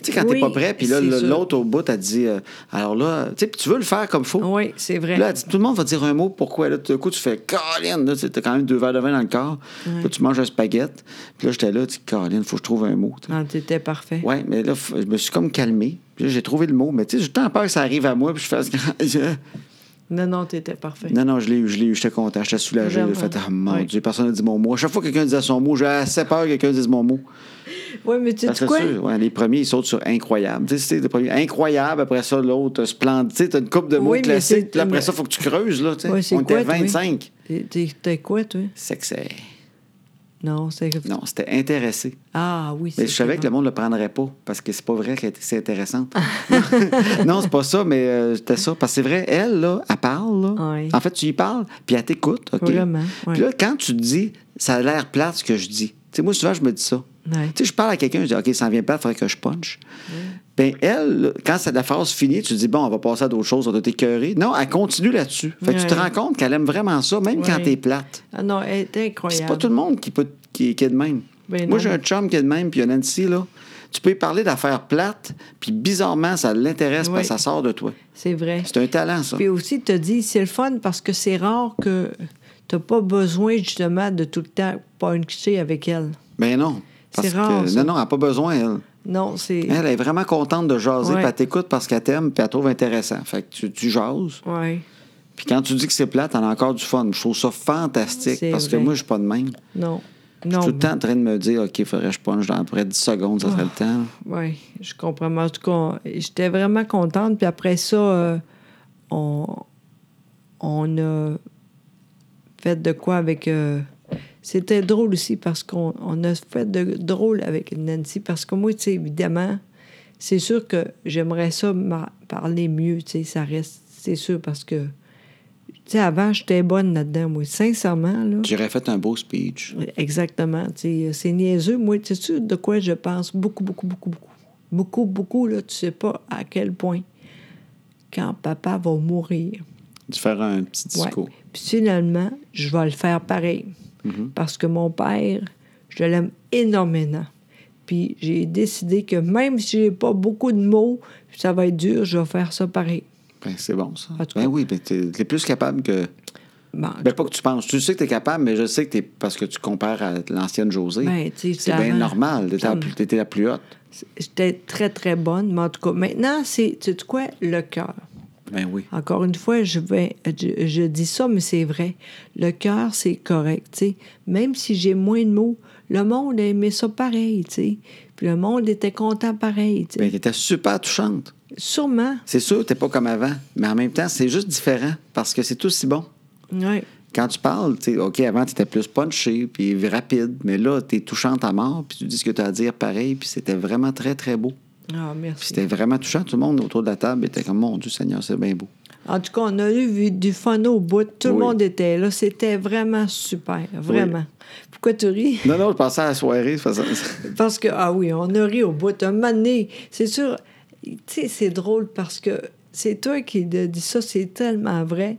Tu sais, quand
Oui,
t'es pas prêt, puis là,
c'est
le-
sûr.
l'autre au bout, elle dit euh, Alors là, tu sais, puis tu veux le faire comme faut.
Oui, c'est vrai.
Là, elle dit, tout le monde va dire un mot pourquoi. Là, tout d'un coup, tu fais Caroline, là, tu sais, t'as quand même deux verres de vin dans le corps.
Ouais.
Là, tu manges un spaghetti. Puis là, j'étais là, tu dis Caroline, faut que je trouve un mot. tu sais.
Non, t'étais parfait.
Ouais, mais là, f- je me suis comme calmé. Puis là, j'ai trouvé le mot. Mais tu sais, j'ai tant peur que ça arrive à moi, puis [laughs] je fasse
Non, non, t'étais parfait.
Non, non, je l'ai eu, je l'ai eu, j'étais content, j'étais soulagé.
Vraiment.
Le fait, ah mon
Oui.
Dieu, personne n'a dit mon mot. À chaque fois que quelqu'un disait son mot, j'ai assez peur que quelqu'un dise mon mot.
Oui, mais tu
Parce
sais
que
quoi?
sûr, ouais, les premiers, ils sautent sur incroyable. Tu sais, c'est le premier, incroyable, après ça, l'autre, euh, splendide. Tu sais, t'as une coupe de mots
Oui, mais c'est-
classiques, puis après
mais-
ça, faut que tu creuses, là. tu sais.
Ouais, c'est
On était
quoi, toi?
25.
T'es- T'étais quoi, toi?
Sexy.
Non, c'est.
Non, c'était intéressé.
Ah oui,
Mais je savais que le monde le prendrait pas, parce que c'est pas vrai que c'est intéressant. [laughs] non, c'est pas ça, mais euh, c'était ça. Parce que c'est vrai, elle, là, elle parle. là.
Ouais.
En fait, tu y parles, puis elle t'écoute. OK?
Vraiment, ouais.
Puis là, quand tu te dis, ça a l'air plate ce que je dis. Tu sais, moi, souvent, je me dis ça.
Ouais.
Tu sais, je parle à quelqu'un, je dis, OK, ça en vient plate, il faudrait que je punch. Ben, elle, là, quand c'est la phrase finie, tu te dis, bon, on va passer à d'autres choses, on doit t'écœurer. Non, elle continue là-dessus. Fait que tu te
Ouais.
rends compte qu'elle aime vraiment ça, même
Ouais.
quand t'es plate.
Ah non, elle était incroyable.
C'est pas tout le monde qui, peut, qui, qui est de même.
Ben
Moi,
non.
j'ai un chum qui est de même, puis il y a Nancy, là. Tu peux lui parler d'affaires plates, puis bizarrement, ça l'intéresse
Oui.
parce que ça sort de toi.
C'est vrai.
C'est un talent, ça.
Puis aussi, tu dit, c'est le fun parce que c'est rare que tu pas besoin justement de tout le temps puncher avec elle.
Ben non. parce
C'est
que-
rare, ça.
Non, non, elle n'a pas besoin, elle.
Non, c'est.
Elle est vraiment contente de jaser,
Ouais.
puis elle t'écoute parce qu'elle t'aime, puis elle trouve intéressant. Fait que tu, tu jases.
Oui.
Puis quand tu dis que c'est plate, t'en as encore du fun. Je trouve ça fantastique
C'est
parce que
vrai.
moi, je suis pas de même.
Non. Non. Ah.
je suis tout le temps en train de me dire, OK, faudrait que je punch dans à peu près 10 secondes, ça serait le temps.
Oui, je comprends. Mais en tout cas, j'étais vraiment contente. Puis après ça, euh, on, on a fait de quoi avec. euh, c'était drôle aussi parce qu'on on a fait de drôle avec Nancy. Parce que moi, tu sais, évidemment, c'est sûr que j'aimerais ça m'a- parler mieux. Tu sais, ça reste. C'est sûr parce que. Tu sais, avant, j'étais bonne là-dedans, moi. Sincèrement, là.
J'aurais fait un beau speech.
Exactement. tu sais, C'est niaiseux. Moi, tu sais de quoi je pense beaucoup, beaucoup, beaucoup, beaucoup. Beaucoup, beaucoup, là, tu sais pas à quel point. Quand papa va mourir.
De faire un petit
Ouais.
discours.
Puis finalement, je vais le faire pareil. Parce que mon père, je l'aime énormément. Puis j'ai décidé que même si j'ai pas beaucoup de mots, ça va être dur, je vais faire ça pareil.
Ben, c'est bon, ça.
En tout
Ben
cas.
oui, ben, t'es t'es plus capable que.
Bon,
Ben, pas que tu penses. Tu sais que t'es capable, mais je sais que t'es. Parce que tu compares à l'ancienne Josée.
Ben, tu sais,
c'est
avant-
bien normal. T'étais la,
Hum.
plus- t'étais la plus haute.
j'étais très, très bonne. Mais en tout cas, maintenant, c'est, tu sais de quoi? Le cœur.
Ben oui.
Encore une fois, je, vais, je, je dis ça, mais c'est vrai. Le cœur, c'est correct, tu sais. Même si j'ai moins de mots, le monde a aimé ça pareil, tu sais. Puis le monde était content pareil, tu sais.
Ben, t'étais super touchante.
Sûrement,
C'est sûr, t'es pas comme avant. Mais en même temps, c'est juste différent parce que c'est aussi bon.
oui.
Quand tu parles, tu sais, OK, avant, t'étais plus punché puis rapide, mais là, t'es touchante à mort, puis tu dis ce que t'as à dire pareil, puis c'était vraiment très, très beau.
Ah,
Puis
merci.
c'était vraiment touchant. Tout le monde autour de la table était comme, mon Dieu Seigneur, c'est bien beau.
En tout cas, on a eu vu- du fun au bout. Tout le
Oui.
monde était là. C'était vraiment super, vraiment. Pourquoi tu ris?
Non, non, je pensais à la soirée. ça faisait-
Parce que, ah oui, on a ri au bout. Un moment donné, c'est sûr, tu sais, c'est drôle parce que c'est toi qui te dis ça, c'est tellement vrai.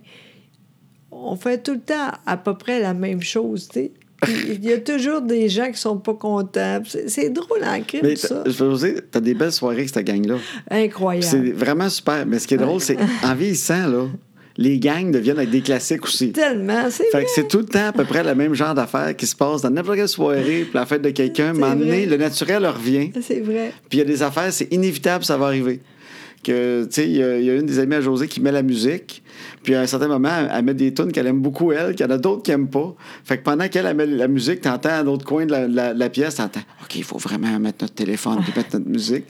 On fait tout le temps à peu près la même chose, tu sais. Puis Il
[laughs]
y a toujours des gens qui sont pas contents. C'est c'est drôle en crime,
Mais
ça.
t'as- je peux vous dire, t'as des belles soirées avec cette gang-là.
Incroyable.
C'est vraiment super. Mais ce qui est drôle, c'est en vieillissant, là, les gangs deviennent avec des classiques aussi.
Tellement, c'est
Fait
vrai.
que c'est tout le temps à peu près le même genre d'affaires qui se passe dans n'importe quelle soirée, puis la fête de quelqu'un,
C'est
m'emmener, le
vrai.
naturel revient.
C'est vrai.
Puis il y a des affaires, c'est inévitable, ça va arriver. Que, tu sais, il y, a- il y a une des amies à José qui met la musique, puis à un certain moment, elle, elle met des tunes qu'elle aime beaucoup, elle, qu'il y en a d'autres qui n'aiment pas. Fait que pendant qu'elle elle met la musique, t'entends à l'autre coin de la, la- la pièce, t'entends « OK, il faut vraiment mettre notre téléphone puis mettre notre musique. »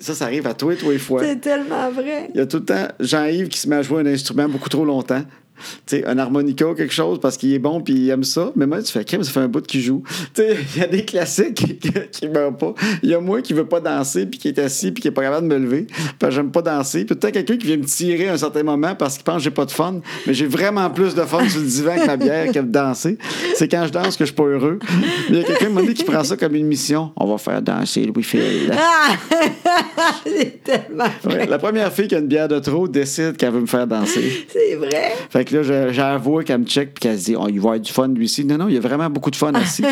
Ça, ça arrive à toi et toi et fois.
C'est tellement vrai.
Il y a tout le temps Jean-Yves qui se met à jouer un instrument beaucoup trop longtemps. Tu sais, un harmonica ou quelque chose parce qu'il est bon puis il aime ça. Mais moi, tu fais crème, ça fait un bout qu'il joue. Tu sais, il y a des classiques [laughs] qui ne meurent pas. Il y a moi qui ne veut pas danser puis qui est assis puis qui n'est pas capable de me lever. Puis j'aime pas danser. Puis peut-être quelqu'un qui vient me tirer à un certain moment parce qu'il pense que j'ai pas de fun. Mais j'ai vraiment plus de fun sur le divan avec ma bière que de danser. C'est quand je danse que je suis pas heureux. Mais il y a quelqu'un à un moment donné, qui prend ça comme une mission. On va faire danser Louis-Phil.
Ah! [laughs] c'est tellement vrai.
Ouais, la première fille qui a une bière de trop décide qu'elle veut me faire danser.
C'est vrai.
Fait que là, je- j'avoue qu'elle me check puis qu'elle se dit, oh, il va y avoir du fun lui-ci. Non, non, il y a vraiment beaucoup de fun
[laughs]
assis.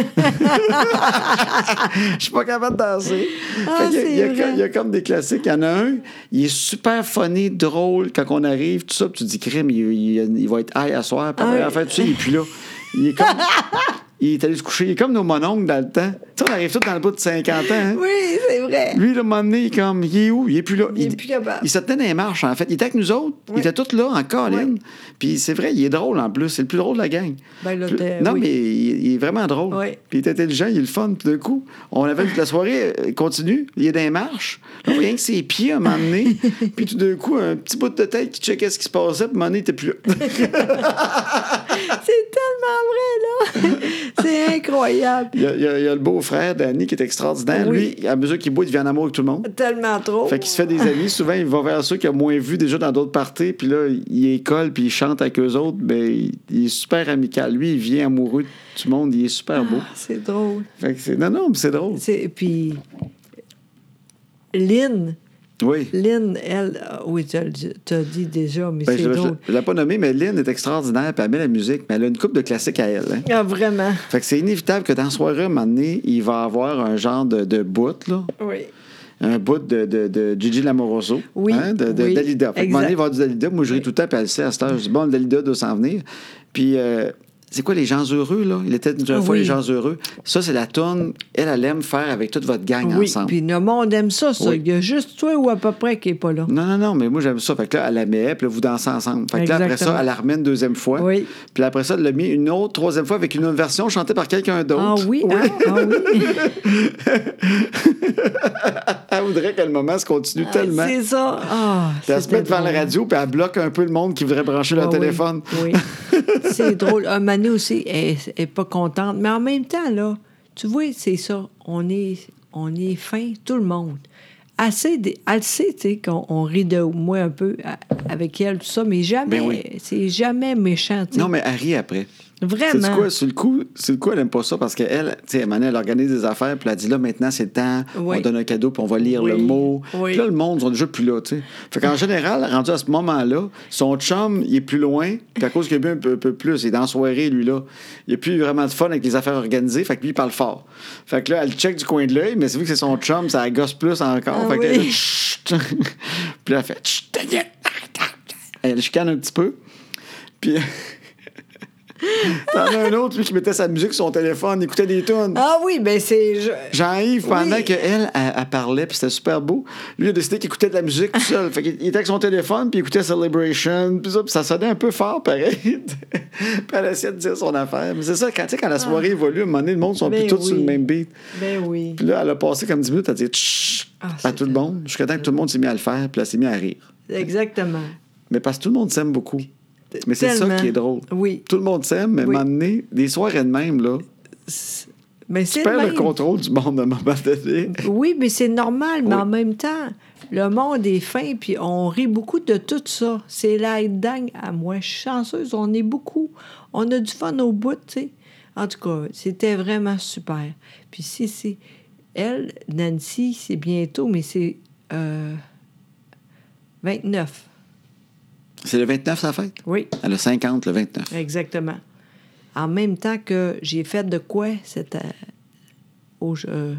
Je suis pas capable de danser.
Ah,
Fait qu'il y a- il, y
c'est
a,
vrai.
il y a comme des classiques. Il y en a un, il est super funny, drôle quand on arrive, tout ça. Puis tu te dis, crime, il, il- il va être high à soir. Puis
Ah
après,
oui.
en fait, tu sais, il est plus là. Il
[laughs]
est comme. il est allé se coucher. Il est comme nos mononcles dans le temps. Tu sais, on arrive tous dans le bout de 50 ans. hein.
Oui, c'est vrai.
Lui, le moment donné, il est comme, il est où? Il est plus là.
Il est plus capable.
il se tenait dans les marches, en fait. Il était avec nous autres. Il était tout là, en colline. Puis c'est vrai, il est drôle, en plus. C'est le plus drôle de la gang.
Ben, là,
Plus-
t'es-
non,
oui.
mais il, il est vraiment drôle.
Oui.
Puis il est intelligent, il est le fun. Puis d'un coup, on avait toute la soirée euh, continue. Il est dans les marches. Là, on voyait que ses pieds, à un moment
[laughs]
donné. puis tout d'un coup, un petit bout de tête qui checkait ce qui se passait. Puis à un moment donné, il était plus
[laughs]
là.
C'est tellement vrai, là. [laughs] c'est incroyable.
il, y a, il y a- il y a le beau-frère d'Annie qui est extraordinaire.
Oui.
Lui, à mesure qu'il boit, il devient en amour avec tout le monde.
Tellement trop.
Fait qu'il se fait des amis. Souvent, il va vers ceux qu'il a moins vu déjà dans d'autres parties. Puis là, il est colle, puis il chante avec eux autres. Mais il, il est super amical. Lui, il vient amoureux de tout le monde. Il est super beau.
Ah, c'est drôle.
Fait que c'est... Non, non, mais c'est drôle.
C'est- Puis, Lynn,
Oui.
Lynn, elle, ah, oui, tu as dit déjà, mais
Ben,
c'est
je
drôle.
ne l'ai pas nommé, mais Lynn est extraordinaire. Puis elle met la musique. Mais elle a une coupe de classique à elle. hein.
Ah, vraiment.
Fait que c'est inévitable que dans la soirée, à un moment donné, il va avoir un genre de, de bout, là.
Oui.
un bout de, de, de Gigi Lamoroso. hein,
Oui,
de, de
oui,
Dalida. Fait que
exact.
mon va du Dalida. Moi, je ris
Oui.
tout le temps, puis elle le sait à cette heure. Je dis, bon, le Dalida doit s'en venir. Puis, euh, c'est quoi les gens heureux, là? Il était une fois
Oui.
les gens heureux. Ça, c'est la tourne, elle, elle aime faire avec toute votre gang
Oui,
ensemble.
puis le monde aime ça, ça.
Oui.
Il y a juste toi ou à peu près qui n'est pas là.
Non, non, non, mais moi, j'aime ça. Fait que là, elle la met, puis là, vous dansez ensemble. Fait que là, après ça,
Exactement.
elle la remet une deuxième fois.
Oui.
Puis après ça, elle l'a mis une autre, troisième fois avec une autre version chantée par quelqu'un d'autre.
Ah oui, hein? ah, oui.
[laughs] Elle voudrait que le moment se continue tellement.
C'est ça. Ah,
Puis elle se met
c'était
devant la
drôle.
radio, puis elle bloque un peu le monde qui voudrait brancher
Ah
leur
oui,
téléphone.
Oui.
[laughs]
c'est drôle. Un mané aussi elle n'est pas contente. Mais en même temps, là, tu vois, c'est ça. On est, on est fin, tout le monde. Assez des- elle sait, tu sais, qu'on on rit de moi un peu à- avec elle, tout ça, mais jamais,
Ben oui.
c'est jamais méchant, tu sais.
Non, mais elle rit après. C'est
Vraiment.
quoi, sur le coup, sur le coup, elle aime pas ça parce qu'elle, tu sais, à un moment donné, elle organise des affaires, puis elle dit là, maintenant, c'est le temps,
Oui.
on donne un cadeau, puis on va lire
Oui.
le mot.
Oui. Mm.
Puis là, le monde, ils sont déjà plus là, tu sais. Fait qu'en général, rendu à ce moment-là, son chum, il est plus loin, puis à cause qu'il a bu un peu, un peu plus, il est dans la soirée, lui-là. Il a plus vraiment de fun avec les affaires organisées, fait que lui, il parle fort. Fait que là, elle check du coin de l'œil, mais c'est vu que c'est son chum, ça la gosse plus encore.
Ah
fait que là,
oui.
elle dit, Chut! [laughs] puis là, elle fait
[laughs]
Chut, ta gueule. Elle chicane un petit peu, puis. [laughs] T'en as un autre, lui, qui mettait sa musique sur son téléphone, écoutait des tunes.
Ah oui, ben c'est. je-
Jean-Yves, pendant
Oui.
qu'elle, elle, elle parlait, puis c'était super beau, lui a décidé qu'il écoutait de la musique tout
[laughs]
seul. fait qu'il il était avec son téléphone, puis il écoutait Celebration, puis ça, puis ça sonnait un peu fort, [laughs] pareil. puis elle essayait de dire son affaire. Mais c'est ça, quand, tu sais, quand la soirée évolue, à un moment donné, le monde sont
Ah. Ben
plus tous sur le
oui.
même beat.
Ben oui.
Puis là, elle a passé comme 10 minutes, elle a dit Chut
Ah,
à
c'est
tout le monde, jusqu'à temps que tout le monde s'est mis à le faire, puis elle s'est mis à rire.
Exactement.
Mais parce que tout le monde s'aime beaucoup. Mais c'est ça
Tellement.
qui est drôle.
Oui.
Tout le monde s'aime, mais à un
Oui.
moment donné, des soirées de même, là,
Mais Ben c'est.
tu perds le
même.
contrôle du monde à un moment donné.
Oui, mais c'est normal, mais
Oui.
en même temps, le monde est fin, puis on rit beaucoup de tout ça. C'est la dingue à moi. Je suis chanceuse, on est beaucoup. On a du fun au bout, tu sais. En tout cas, c'était vraiment super. Puis si c'est... Elle, Nancy, c'est bientôt, mais c'est euh, 29.
C'est le 29, sa fête?
Oui,
Elle a 50, le 29.
exactement. en même temps que j'ai fait de quoi cette, euh, au- euh,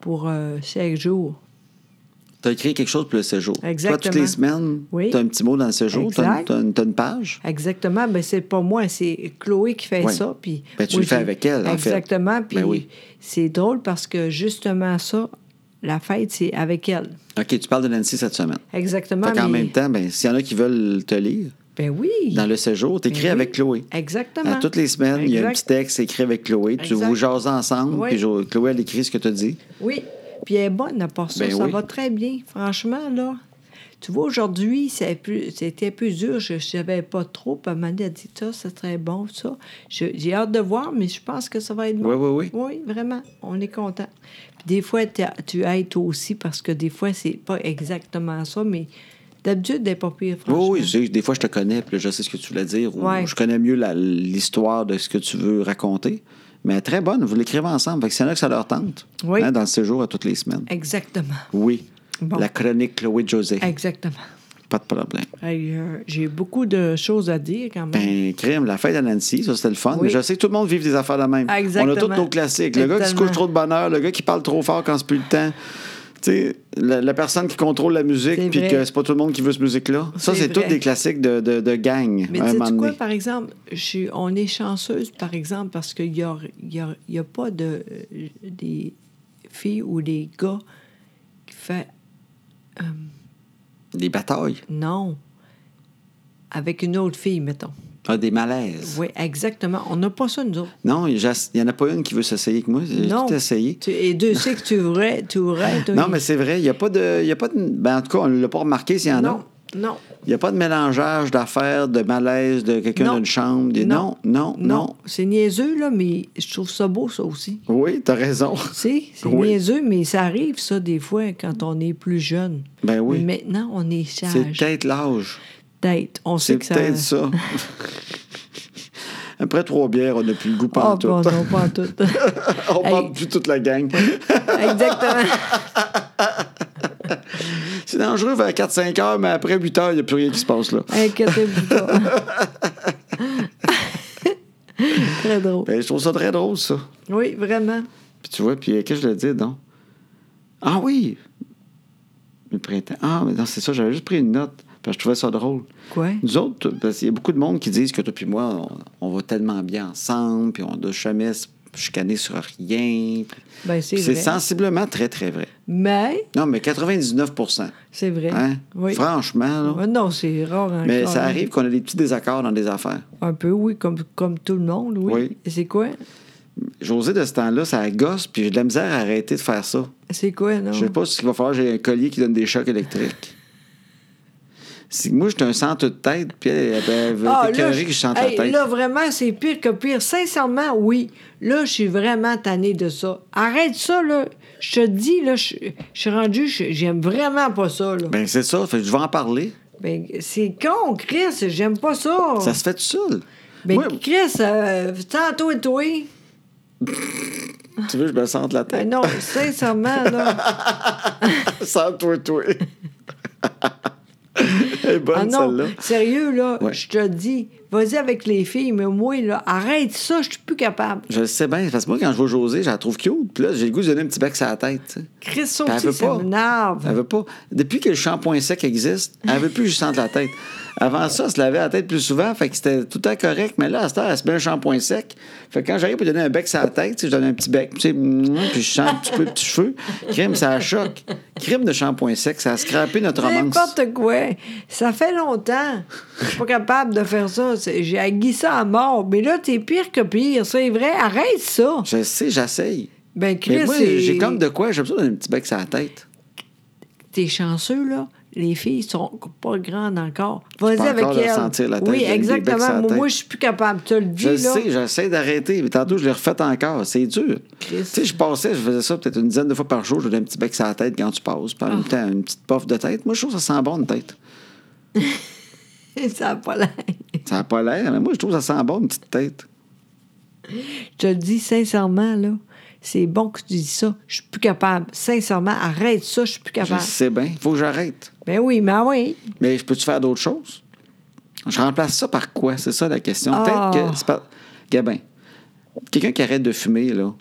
pour euh, chaque jour.
Tu as écrit quelque chose pour le séjour. Toi, toutes
Exactement.
les semaines,
Oui.
tu as un petit mot dans le séjour, tu as,
Exact.
une t'as une page.
Exactement, ben c'est pas moi, c'est Chloé qui fait
Ouais.
ça. Puis
Ben, tu
moi,
le fais
j'ai-
avec elle, en fait.
Exactement, puis
Ben oui.
c'est drôle parce que justement ça, la fête, c'est avec elle.
OK, tu parles de Nancy cette semaine.
Exactement.
Fait qu'en
mais-
même temps, ben, s'il y en a qui veulent te lire
Ben oui.
dans le séjour, tu écris
Ben oui.
avec Chloé.
Exactement.
À toutes les semaines, il y a un
Exact.
petit texte écrit avec Chloé. Tu
Exact.
vous jases ensemble,
Oui.
puis jo- Chloé, elle écrit ce que tu as dit.
Oui. Puis elle est bonne à part ça.
Ben
ça
oui.
va très bien. Franchement, là. Tu vois, aujourd'hui, c'est plus- c'était plus dur. Je ne savais pas trop. Puis elle m'a dit ça, c'est très bon, ça. Je- J'ai hâte de voir, mais je pense que ça va être bon.
Oui, oui, oui.
Oui, vraiment. On est content. Puis des fois, t'as- tu aides toi aussi parce que des fois, c'est pas exactement ça, mais d'habitude, des pas pire,
Oui,
franchement.
oui, je sais, des fois, je te connais, puis là, je sais ce que tu voulais dire, ou
Ouais.
je connais mieux la- l'histoire de ce que tu veux raconter. Mais elle est très bonne, vous l'écrivez ensemble. Fait que s'il y en a que ça leur tente,
Oui.
hein, dans le séjour à toutes les semaines.
Exactement.
Oui.
Bon.
La chronique Chloé de José.
Exactement.
Pas de problème.
Hey, euh, J'ai beaucoup de choses à dire quand même.
Ben, crime, la fête à Nancy, ça c'était le fun.
Oui.
Mais je sais que tout le monde vit des affaires de même.
Exactement.
On a tous nos classiques. Le gars qui se
Exactement.
couche trop de bonheur, le gars qui parle trop fort quand c'est plus le temps. Tu sais, la, la personne qui contrôle la musique,
C'est
puis
vrai.
que c'est pas tout le monde qui veut cette musique-là. Ça,
C'est
c'est tous
vrai.
des classiques de, de, de gang.
Mais
à un
tu
moment
sais quoi,
donné.
par exemple, je suis- on est chanceuse, par exemple, parce qu'il n'y a, y a- y a pas de, euh, des filles ou des gars qui fait
Des batailles.
non avec une autre fille, mettons.
Ah, des malaises.
Oui, exactement. On n'a pas ça, nous autres.
Non, il n'y en a pas une qui veut s'essayer que moi. J'ai
non.
tout essayé.
Tu- et Dieu sait que tu aurais. Tu aurais tu-
Non, mais c'est vrai, il n'y a pas de. il Y a pas de ben, en tout cas, on ne l'a pas remarqué s'il y en a.
Non, non.
Il n'y a pas de mélangeage d'affaires, de malaise, de quelqu'un
Non.
d'une chambre. des- Non, non, non.
C'est niaiseux, là, mais je trouve ça beau, ça aussi.
Oui, t'as raison.
Tu sais, c'est
Oui.
niaiseux, mais ça arrive, ça, des fois, quand on est plus jeune.
Ben oui.
Mais maintenant, on est sage.
C'est peut-être l'âge.
Peut-être. On
C'est
sait que ça.
peut-être
[laughs]
ça. Après trois bières, on n'a plus le goût
Ah,
pantoute.
bon, non, pas en tout.
[laughs] on
Hey.
parle plus toute la gang.
Exactement.
C'est dangereux vers 4-5 heures, mais après 8 heures, il n'y a plus rien qui se passe là.
Inquiétez-vous
[laughs]
pas. Très drôle.
Ben, je trouve ça très drôle, ça.
Oui, vraiment.
Puis tu vois, puis euh, qu'est-ce que je le dis, donc? Ah oui! Le printemps. Ah, mais non, c'est ça, j'avais juste pris une note, parce que je trouvais ça drôle.
Quoi?
Nous autres, parce qu'il y a beaucoup de monde qui disent que toi puis moi, on, on va tellement bien ensemble, puis on ne doit jamais se chicaner sur rien. puis-
Ben, c'est
puis c'est
vrai.
sensiblement très, très vrai.
Mais,
Non, mais 99
c'est vrai.
hein?
Oui.
Franchement, là.
Ouais, Non, c'est rare encore.
Mais ça
hein.
arrive qu'on a des petits désaccords dans des affaires.
Un peu, oui, comme, comme tout le monde, oui.
Oui.
Et C'est quoi?
José, de ce temps-là, ça gosse, puis j'ai de la misère à arrêter de faire ça.
C'est quoi, non?
Je sais pas s'il va falloir que j'ai un collier qui donne des chocs électriques. Si moi, j'étais un centre de tête, puis euh, elle elle- elle veut
Ah,
être
là,
écoeurée que je chante
hey,
la tête.
là, vraiment, c'est pire que pire. Sincèrement, oui. Là, je suis vraiment tannée de ça. Arrête ça, là. Je te dis, là, je je suis rendue, je- j'aime vraiment pas ça, là.
Ben, c'est ça. Fait que je vais en parler.
Ben, c'est con, Chris, j'aime pas ça.
Ça se fait tout seul.
Oh. Ben, [laughs]
Moi,
Chris, euh, tantôt et toi.
tu veux que je me sente la tête? [laughs]
Ben non, sincèrement, là.
Sente-toi, toi. [laughs] Elle est bonne,
Ah non,
celle-là.
sérieux, là,
Ouais.
je te dis, vas-y avec les filles, mais moi, là, arrête ça, je suis plus capable.
Je le sais bien, parce que moi, quand je vois José, je la trouve cute. Puis là, j'ai le goût de donner un petit bec sur la tête. tu sais.
Chris, ça
Puis Ben, elle
aussi,
veut
ça
pas. Elle
m'énerve.
veut pas. Depuis que le shampoing sec existe, elle veut plus que je sente la tête. Avant ça, elle se lavait la tête plus souvent, fait que c'était tout à correct, mais là, à cette heure, elle se met un shampoing sec. Fait que quand j'arrive pour lui donner un bec sur la tête, tu sais, je donne un petit bec, tu sais, mouah, puis je sens un petit peu le petit cheveu. Crime, ça la choque. Crime de shampoing sec, ça a scrappé notre romance.
N'importe quoi. Ça fait longtemps. Je suis pas capable de faire ça. C'est- J'ai agui ça à mort. Mais là, t'es pire que pire. C'est vrai. Arrête ça.
Je sais, j'essaye.
Ben, Chris,
Mais moi,
c'est-
j'ai comme de quoi, j'ai besoin d'un petit bec sur la tête.
t'es chanceux, là. Les filles sont pas grandes encore. Vas-y
peux
avec
encore leur
elles.
sentir la tête,
oui,
donner des becs sur la
exactement. Moi,
tête.
moi, je suis plus capable. Tu le dis,
Je le
là.
sais, j'essaie d'arrêter, mais tantôt, je l'ai refait encore. C'est dur. Tu
Christ.
sais, je passais, je faisais ça peut-être une dizaine de fois par jour. Je donnais un petit bec sur la tête quand tu passes. Puis en même temps, une petite pof de tête. Moi, je trouve que ça sent bon, une tête.
[laughs] Ça a pas l'air.
Ça n'a pas l'air, mais moi, je trouve que ça sent bon, une petite tête.
Je te le dis sincèrement, là. C'est bon que tu dis ça. Je suis plus capable. Sincèrement, arrête ça. Je suis plus
Je
capable.
sais bien. faut que j'arrête.
Ben oui, mais ah oui.
Mais je peux-tu faire d'autres choses? Je remplace ça par quoi? C'est ça la question. Peut-être
Ah.
que. c'est par- Gabin, quelqu'un qui arrête de fumer,
[laughs]
là,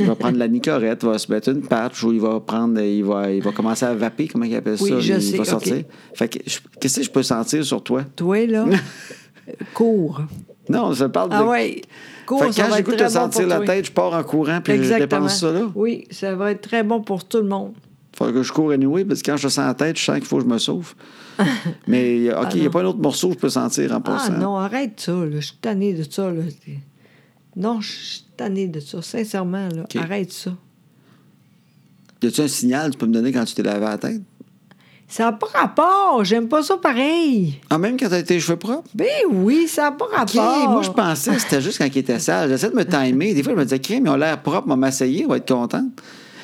il va prendre la nicorette, va se mettre une patch ou il va prendre, il va, il va commencer à vaper, comment il appelle
Oui,
ça?
je
il
sais,
va
OK.
sortir. Fait que, je- qu'est-ce que je peux sentir sur toi? [laughs]
Toi, là, euh, cours.
Non, je parle de.
Ah ouais, cours,
Fait que
ça
quand
va
j'écoute
être
te
très bon
sentir
pour
la
toi.
tête, je pars en courant puis
Exactement.
je dépense ça là.
Oui, ça va être très bon pour tout le monde.
Faut que je cours anyway parce que quand je sens la tête, je sens qu'il faut que je me
[laughs]
sauve. Mais OK, il n'y a pas un autre morceau que je peux sentir en
Ah
passant.
non, arrête ça, là. je suis tannée de ça. Là. Non, je suis tannée de ça, sincèrement, là.
OK.
arrête ça.
Y a-tu un signal que tu peux me donner quand tu t'es lavé la tête?
Ça n'a pas rapport, j'aime pas ça pareil.
Ah, même quand t'as tes cheveux propres?
Ben oui, ça n'a pas
OK,
rapport.
moi, je pensais que c'était juste quand il était sale. J'essaie de me timer. Des fois, je me disais, crème, ils ont l'air propres, on m'asseyer, on va être contente.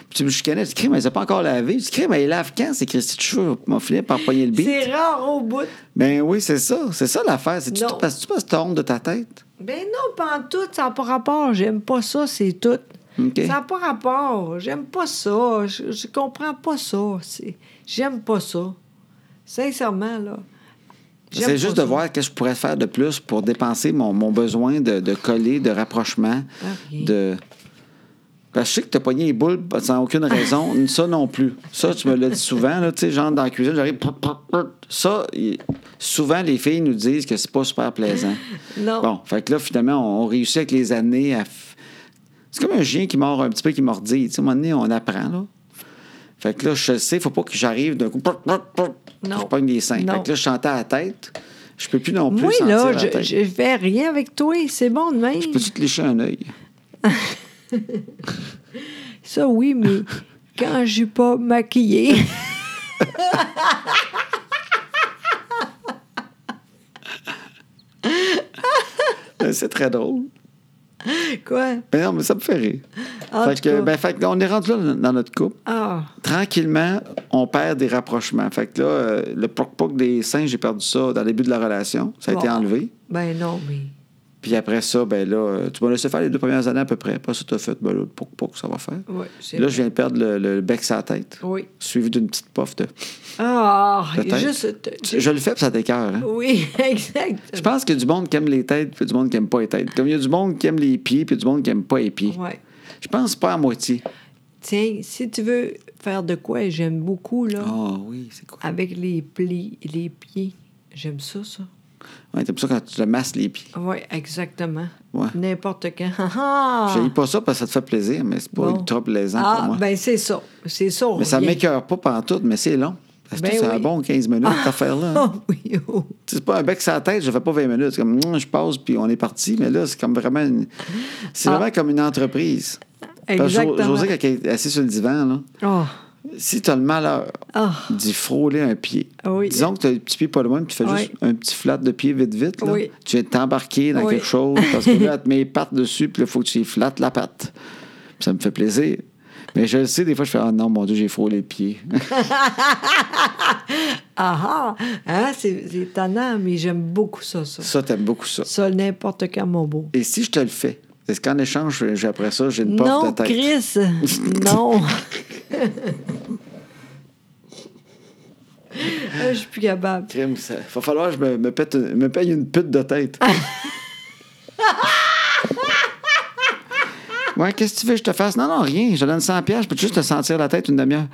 Puis tu me chicanais, tu dis, crème, ils ont pas encore lavé. Tu dis, crème, ils lavent quand? C'est Christy de cheveux. On finit par pogner le bide.
C'est rare au bout.
Ben oui, c'est ça. C'est ça l'affaire. C'est tu
Non.
te passes, tu passes ta honte de ta tête.
Ben non, pas en tout, ça n'a pas rapport. J'aime pas ça, c'est tout.
OK.
Ça n'a pas rapport. J'aime pas ça. Je, je comprends pas ça. C'est- J'aime pas ça. Sincèrement, là. j'aime
C'est
pas
juste de
ça.
voir qu'est-ce que je pourrais faire de plus pour dépenser mon, mon besoin de, de coller, de rapprochement,
Ah, rien.
de... Ben, je sais que t'as pogné les boules bah, sans aucune
[laughs]
raison. ça non plus. Ça, tu me l'as dit souvent. Là, tu sais, genre, dans la cuisine, j'arrive... prou, prou, prou. Ça, il- souvent, les filles nous disent que c'est pas super plaisant.
[laughs] Non.
Bon, fait que là, finalement, on, on réussit avec les années à... f- C'est comme un chien qui mord un petit peu, qui mordit. Tu sais, à un moment donné, on apprend, là. Fait que là, je sais, faut pas que j'arrive d'un coup... prou, prou, prou.
Non.
Je pogne les seins.
Non.
Fait que là, je chantais à la tête. Je peux plus non plus
Moi,
sentir
là,
la
je,
tête.
je fais rien avec toi. C'est bon de même.
Peux-tu te lécher un œil?
Ça, oui,
[laughs]
mais quand je suis pas maquillée.
Euh, C'est très drôle.
Quoi?
Mais non, mais ça me fait rire.
En
fait
tout
que,
cas.
ben, fait que là, on est rendu là dans- dans notre couple.
Ah,
Tranquillement, on perd des rapprochements. Fait que là, euh, le poc-poc des seins, j'ai perdu ça dans le début de la relation. Ça a
Bon.
été enlevé.
ben non, mais.
Puis après ça, ben là, euh, tu m'as laissé faire les deux premières années à peu près. Après ça, t'as fait, ben là, le poc-poc, ça va faire.
Oui, c'est
là,
vrai.
je viens de perdre le, le bec sur la tête.
Oui.
Suivi d'une petite pof de...
Ah,
Peut-être.
juste. t-
Je le fais, puis ça t'écœure, hein?
Oui, [laughs] exact.
Je pense qu'il y a du monde qui aime les têtes puis du monde qui aime pas les têtes. Comme il y a du monde qui aime les pieds puis du monde qui aime pas les pieds.
Ouais.
Je pense pas à moitié.
Tiens, si tu veux faire de quoi, j'aime beaucoup, là,
Ah oui, c'est quoi?
avec les plis, les pieds. J'aime ça, ça.
Ouais, t'aimes ça quand tu te masses les pieds.
Oui, exactement.
Ouais.
N'importe quand. [laughs] Ah!
Je pas ça parce que ça te fait plaisir, mais c'est pas
Bon.
ultra plaisant
ah,
pour moi.
ben c'est ça. C'est ça. on
mais ça
revient.
m'écœure pas pantoute, mais c'est long. Parce que
Ben
c'est un
oui.
bon 15 minutes, cette affaire-là. hein.
[laughs] Ah oui, oh.
Tu sais, C'est pas un bec sur la tête, je fais pas 20 minutes. C'est comme, Hum, je passe, puis on est parti. Mais là, c'est comme vraiment une... C'est
Ah.
vraiment comme une entreprise. Parce que Jo-
Exactement.
Josée, quand elle est assise sur le divan, là,
Oh.
si t'as le malheur
Ah.
d'y frôler un pied.
Ah oui.
Disons que tu as le petit pied pas loin, puis tu fais
Oui.
juste un petit flat de pied vite, vite. Là.
Oui.
Tu viens de t'embarquer dans
Oui.
quelque chose parce que là, elle te met les pattes dessus, puis il faut que tu y flattes la patte. Puis ça me fait plaisir. Mais je le sais, des fois, je fais Ah non, mon Dieu, j'ai frôlé les pieds.
Ah ah! Hein, c'est c'est étonnant, mais j'aime beaucoup ça,
[laughs]
ça.
ça, t'aimes beaucoup ça.
Ça, n'importe quand, mon beau.
Et si je te le fais, est-ce qu'en échange, j'ai- après ça, j'ai une porte
Non,
de tête?
Chris!
[laughs]
non! [laughs] Ah, Je suis plus capable.
Crime, ça- va falloir que je me, me pète- me paye une pute de tête. ouais, qu'est-ce que tu veux que je te fasse? Non, non, rien. Je te donne 100 pièces, je peux juste te sentir la tête une demi-heure.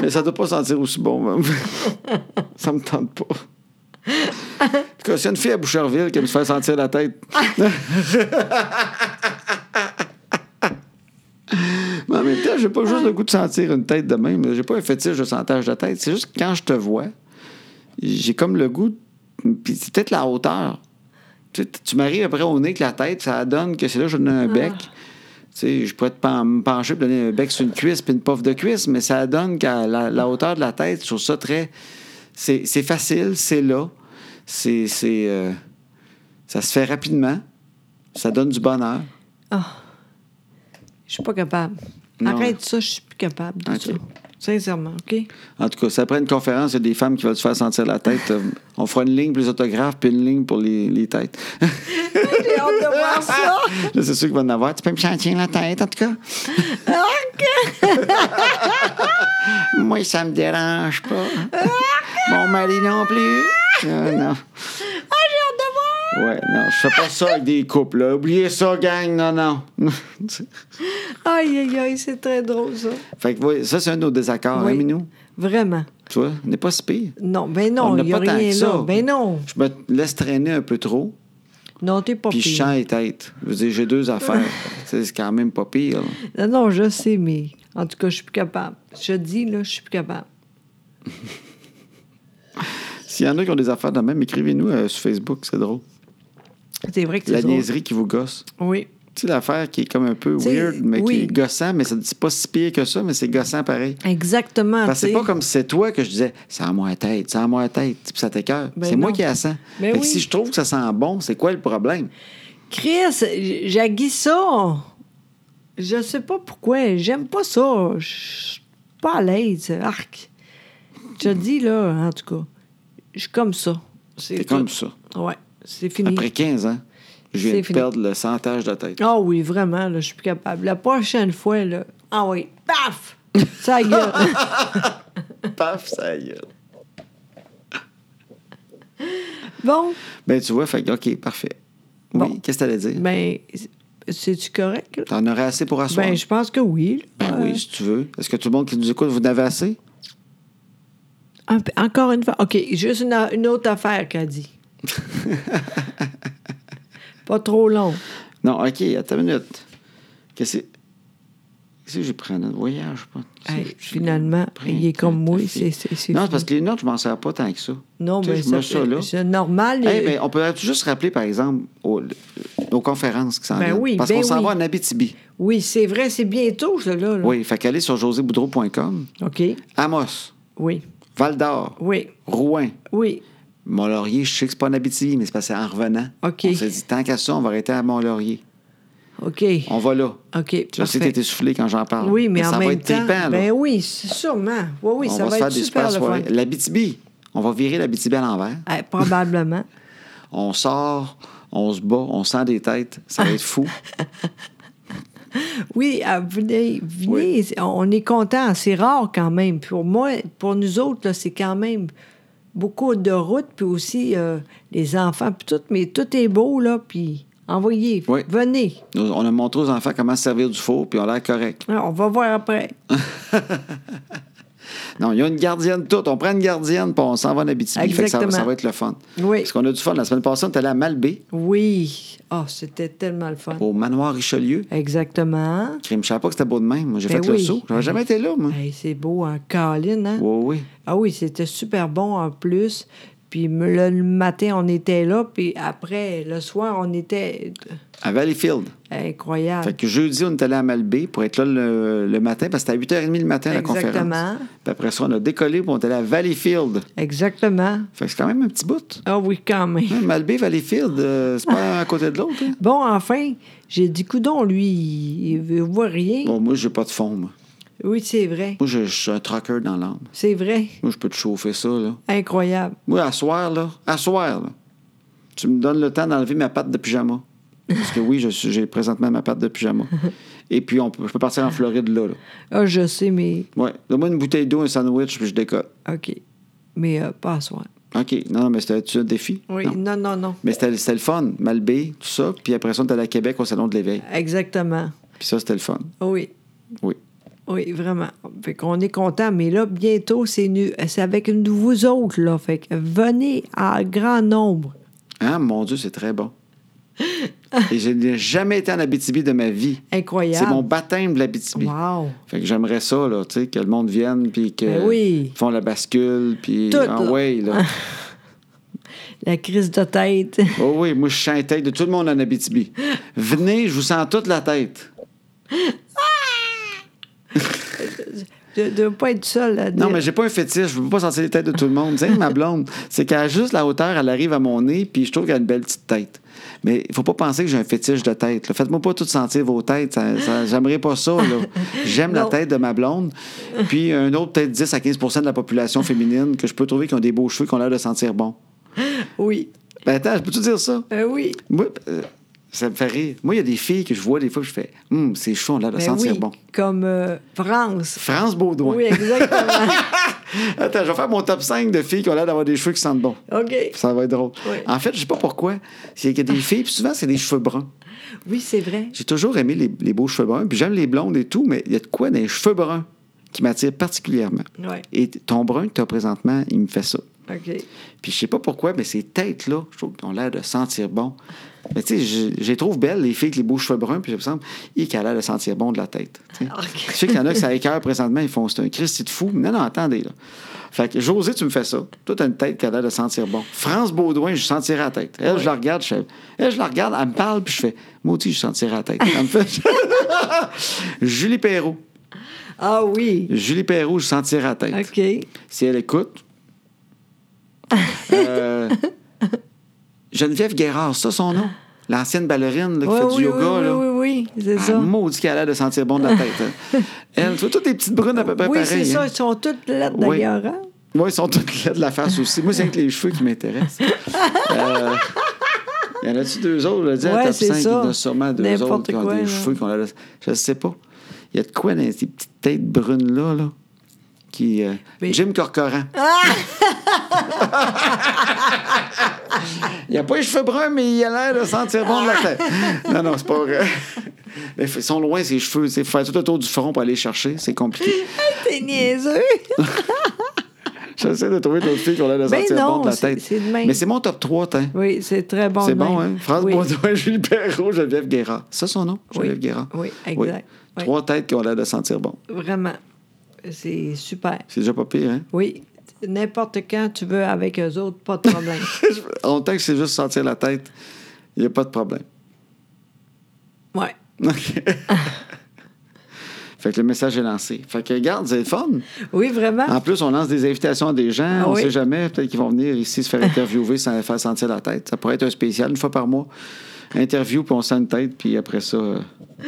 Mais ça doit pas sentir aussi bon. même. ça me tente pas. En tout cas, s'il y a une fille à Boucherville qui me fait sentir la tête. Mais en même temps, j'ai pas juste le goût de sentir une tête de même. J'ai pas un fétiche de sentage de tête. C'est juste que quand je te vois, j'ai comme le goût. de- Puis c'est peut-être la hauteur. Tu, sais, tu m'arrives après au nez avec la tête, ça donne que c'est là que je donne un bec. Tu sais, je pourrais te pen- me pencher et donner un bec sur une cuisse puis une pof de cuisse, mais ça donne qu'à la, la hauteur de la tête, je trouve ça très. C'est c'est facile, c'est là. C'est. c'est, euh, ça se fait rapidement. Ça donne du bonheur.
Je suis pas capable.
Non.
Arrête ça, je suis plus capable de
Ok.
ça. Sincèrement, OK?
En tout cas, si après une conférence, il y a des femmes qui veulent se faire sentir la tête, euh, on fera une ligne pour les autographes puis une ligne pour les, les têtes. [laughs]
J'ai hâte de voir ça! [laughs]
Là, c'est sûr qu'il va en avoir. Tu peux me sentir la tête, en tout cas? Moi, ça me dérange pas. Mon mari non plus. Ah, non.
Ah, j'ai hâte de voir!
Ouais, non, je fais pas ça avec des couples, là. Oubliez ça, gang, non, non. [laughs]
Aïe, aïe, aïe, c'est très drôle, ça.
fait que, ouais, ça, c'est un de nos désaccords,
Oui.
hein, Minou?
Vraiment.
Tu vois, on n'est pas si pire.
Non, ben
On
non,
n'a
il n'y a
pas tant
rien
que ça.
là. Ben non.
Je me laisse traîner un peu trop,
Non, t'es pas
puis je
pire.
chante et tête. Je veux dire, j'ai deux affaires. c'est c'est quand même pas pire. là.
Non, non, je sais, mais en tout cas, je suis plus capable. Je te dis, là, je suis plus capable.
S'il y en a qui ont des affaires de même, écrivez-nous euh, sur Facebook, c'est drôle.
C'est vrai que
La
c'est drôle.
niaiserie qui vous gosse.
Oui.
Tu sais, l'affaire qui est comme un peu
T'sais,
weird, mais qui
oui.
est gossant, mais ça c'est pas si pire que ça, mais c'est gossant pareil.
Exactement.
Parce que c'est
t'sais.
pas comme si c'est toi que je disais ça à moi la tête, ça à moi la tête, puis ça t'écœure.
Ben
c'est moi
non.
qui la sens.
Ben
Fait que
oui.
si je trouve que ça sent bon, c'est quoi le problème?
Chris, j'agis ça. Je sais pas pourquoi. J'aime pas ça. Je suis pas à l'aise. Arc. Je te dis, là, en tout cas, je suis comme ça.
C'est
C'est
comme
tout.
ça.
Ouais, c'est fini.
Après 15 ans, je viens
C'est
de
fini.
perdre le centage de
[laughs]
tête.
Ah oui, vraiment, là, je suis plus capable. La prochaine fois, là. Ah oui,
[laughs]
paf! Ça y est.
Paf, ça y est.
bon,
Ben, tu vois, fait que, OK, parfait. Oui,
Bon.
qu'est-ce que t'allais dire?
ben, c'est-tu correct? là?
T'en aurais assez pour asseoir?
Ben, je euh, pense que oui. là.
Ben oui, si tu veux. Est-ce que tout le monde qui nous écoute, vous en avez assez?
Un peu- encore une fois. OK, juste une, a- une autre affaire
[laughs]
qu'elle dit. Pas trop long.
Non, OK, attends une minute. Qu'est-ce que Qu'est-ce que j'ai pris en note? Voyage, pas.
Hey, finalement, il est comme moi, c'est- c'est- c'est
Non,
fini.
parce que les notes, je m'en sers pas tant que ça.
Non,
Tu sais,
mais
je mets ça là.
c'est normal.
Hey,
euh,
mais on peut juste rappeler, par exemple, aux, aux conférences qui s'en
Ben
viennent.
oui,
parce
ben
qu'on s'en
oui.
va en Abitibi.
Oui, c'est vrai, c'est bientôt, cela. Là.
Oui, fait qu'aller sur joséboudreau.com.
OK.
Amos,
Oui.
Val-d'Or,
Oui.
Rouen,
Oui.
Mont-Laurier. Je sais que c'est pas en Abitibi, mais c'est parce que c'est en revenant.
OK.
On s'est dit, tant qu'à ça, on va arrêter à Mont-Laurier.
OK.
On va là.
OK.
Je sais que
parfait.
t'es essoufflé quand j'en parle.
Oui, mais, en
ça
même
va être
temps.
trippant, là.
ben oui, c'est sûrement. Oui, oui,
on
ça
va,
va,
se faire
être
des
super
super
le fun.
soirées. L'Abitibi, on va virer l'Abitibi à l'envers.
Eh, probablement.
On sort, on se bat, on sent des têtes. Ça va
[laughs]
être fou.
Oui, ah, venez, venez, on est content. C'est rare quand même. Pour moi, pour nous autres, là, c'est quand même beaucoup de routes, puis aussi euh, les enfants, puis tout. Mais tout est beau, là, puis envoyez,
Oui.
venez.
Nous- On a montré aux enfants comment se servir du four, puis on a l'air correct.
Ah, On va voir après.
Non, il y a une gardienne toute. On prend une gardienne, puis on s'en va en Abitibi. Fait que ça, va-
Exactement.
ça va être le fun.
Oui.
Parce qu'on a du fun. La semaine passée, on est allé à Malbé,
Oui. Ah, c'était tellement le fun.
au manoir Richelieu.
Exactement.
Crime, Je ne savais pas que c'était beau de même. Moi, J'ai
Ben
fait le
oui.
saut. J'avais jamais été là, moi.
Hey, c'est beau, en Colline, hein?
Oui, oui.
Ah oui, c'était super bon en plus. Puis me- le le matin, on était là, puis après, le soir, on était euh,
À Valleyfield.
incroyable.
Fait que jeudi, on est allé à Malbé pour être là le, le matin, parce que c'était à 8h30 le matin, la
Exactement.
conférence. Puis après ça, on a décollé, puis on est allé à Valleyfield.
Exactement.
Fait que c'est quand même un petit bout.
Ah oui, quand même.
Hein, Malbé, Valleyfield, euh, c'est pas à côté de l'autre. hein.
Bon, enfin, j'ai dit, coudon, lui, il il voit rien.
Bon, moi, j'ai pas de fond, moi.
Oui, c'est vrai.
Moi, je, je suis un trucker dans l'âme.
C'est vrai.
Moi, je peux te chauffer ça, là.
Incroyable.
Moi, à soir, là, à soir, là, tu me donnes le temps d'enlever ma patte de pyjama. Parce que oui, je suis- j'ai présentement ma patte de pyjama. Et puis, on peut- je peux partir en Floride, là. là.
Ah, je sais, mais.
Ouais, donne-moi une bouteille d'eau, un sandwich, puis je décolle.
OK. Mais euh, pas à soir.
OK. Non, non, mais c'était un défi.
Oui,
Non.
non, non, non.
Mais c'était c'était le fun. Malbé, tout ça. Puis après ça, on est allé à Québec au Salon de l'Éveil.
Exactement. Ah
Puis ça, c'était le fun.
Oui.
Oui.
Oui, vraiment. Fait qu'on est content, mais là, bientôt, c'est nu- c'est avec nous- vous autres, là. Fait que venez à grand nombre.
Ah, mon Dieu, c'est très
[laughs]
bon. Et je n'ai jamais été en Abitibi de ma vie.
Incroyable.
C'est mon baptême de l'Abitibi.
Wow.
Fait que j'aimerais ça, là, tu sais, que le monde vienne, puis que
Ben oui.
font la bascule, puis
Tout,
ah
là.
ouais,
[laughs]
là.
La crise de tête.
oh oui, moi, je sens la tête de tout le monde en
[laughs]
Abitibi. Venez, je vous sens toute la tête.
de ne pas être seul à dire.
Non, mais j'ai pas un fétiche, je veux pas sentir les têtes de tout le monde. Tu sais, ma blonde, c'est qu'elle a juste la hauteur, elle arrive à mon nez, puis je trouve qu'elle a une belle petite tête. Mais il faut pas penser que j'ai un fétiche de tête. là. Faites-moi pas tout sentir vos têtes, ça, ça- j'aimerais pas ça. là. J'aime la
Non.
tête de ma blonde, puis un autre peut-être 10 à 15 de la population féminine que je peux trouver qui ont des beaux cheveux, qui ont l'air de sentir bon.
Oui.
Ben attends, je peux-tu dire ça?
Ben oui.
Moi, euh, Ça me fait rire. Moi, il y a des filles que je vois des fois, je fais Hum, c'est chaud, là, de
Ben
sentir
oui,
bon.
Comme euh, France.
France Baudouin.
Oui,
[laughs]
exactement.
Attends, je vais faire mon top 5 de filles qui ont l'air d'avoir des cheveux qui sentent bon.
OK.
Ça va être drôle.
Oui.
En fait, je sais pas pourquoi. C'est qu'il y a des filles, puis souvent, c'est des cheveux bruns.
Oui, c'est vrai.
J'ai toujours aimé les, les beaux cheveux bruns, puis j'aime les blondes et tout, mais il y a de quoi dans les cheveux bruns qui m'attire particulièrement.
Ouais.
Et ton brun que tu as présentement, il me fait ça.
OK.
Puis je sais pas pourquoi, mais ces têtes-là, je trouve qu'ils ont l'air de sentir bon. Mais tu sais, je, je les trouve belles, les filles avec les beaux cheveux bruns, puis je me semble, ils qui a l'air de sentir bon de la tête. tu sais.
Ok.
Je sais qu'il y en a qui ça écœure présentement, ils font, c'est un Christy de fou. Non, non, attendez, là. Fait que José, tu me fais ça. Toi, t'as une tête qui a l'air de sentir bon. France Baudouin, je sentirais la tête. Elle, je la regarde, je fais, elle, je la regarde, elle me parle, puis je fais, maudit, je sentirais la tête. Elle me fait, [laughs] Julie Perrault.
Ah oui.
Julie Perrault, je sentirais la tête.
OK.
Si elle écoute.
[laughs]
Euh, Geneviève Guérard, c'est ça son nom? L'ancienne ballerine là, qui
Ouais,
fait
oui,
du yoga.
oui,
là.
oui, oui, oui, c'est
Ah,
ça.
maudit qu'elle a l'air de sentir bon de la tête.
[laughs]
hein. Elle, tu vois, toutes des petites brunes à peu près
Oui, c'est
pareilles.
ça.
hein.
Ils sont toutes là
Oui.
d'ailleurs. hein?
Moi, ils sont toutes [laughs] là de la face aussi. Moi, c'est avec les cheveux qui
[laughs]
m'intéressent. Euh, y en a-tu deux autres? Là, dis, à
Ouais,
top
c'est
5, il y en a
ça.
sûrement deux
N'importe
autres qui ont
quoi,
des
là.
cheveux qui ont l'air de... Je sais pas. Il y a de quoi dans ces petites têtes brunes-là, là, qui... euh,
Mais- Ah!
Jim Corcoran. [laughs] Il a pas les cheveux bruns, mais il a l'air de sentir bon de la
[laughs]
tête. Non, non, c'est pas vrai. Mais ils sont loin, ses cheveux. C'est faire tout autour du front pour aller les chercher, c'est compliqué.
T'es niaiseux.
J'essaie de trouver d'autres filles qui ont l'air de
Ben
sentir
non,
bon de la
c'est-
tête.
c'est de même.
Mais c'est mon top 3, t'as.
Oui, c'est très bon.
C'est
de
bon,
même.
hein? France
oui.
Baudouin, [laughs] Julie Perrault, Geneviève Guérard. C'est Ça, son nom?
Oui.
Geneviève Guérard.
Oui, exact. Oui.
Trois têtes qui ont l'air de sentir bon.
Vraiment. C'est super.
C'est déjà pas pire,
[laughs]
hein?
Oui. N'importe quand tu veux avec eux autres, pas de
[laughs]
problème.
en tant que c'est juste sentir la tête, il n'y a pas de problème. [laughs]
ouais. [laughs]
OK. fait que le message est lancé. Fait que, regarde, c'est le fun.
Oui, vraiment.
En plus, on lance des invitations à des gens.
Ah
on
oui.
sait jamais. Peut-être qu'ils vont venir ici se faire interviewer sans faire sentir la tête. Ça pourrait être un spécial une fois par mois. Interview, puis on sent une tête, puis après ça, euh,
Ah,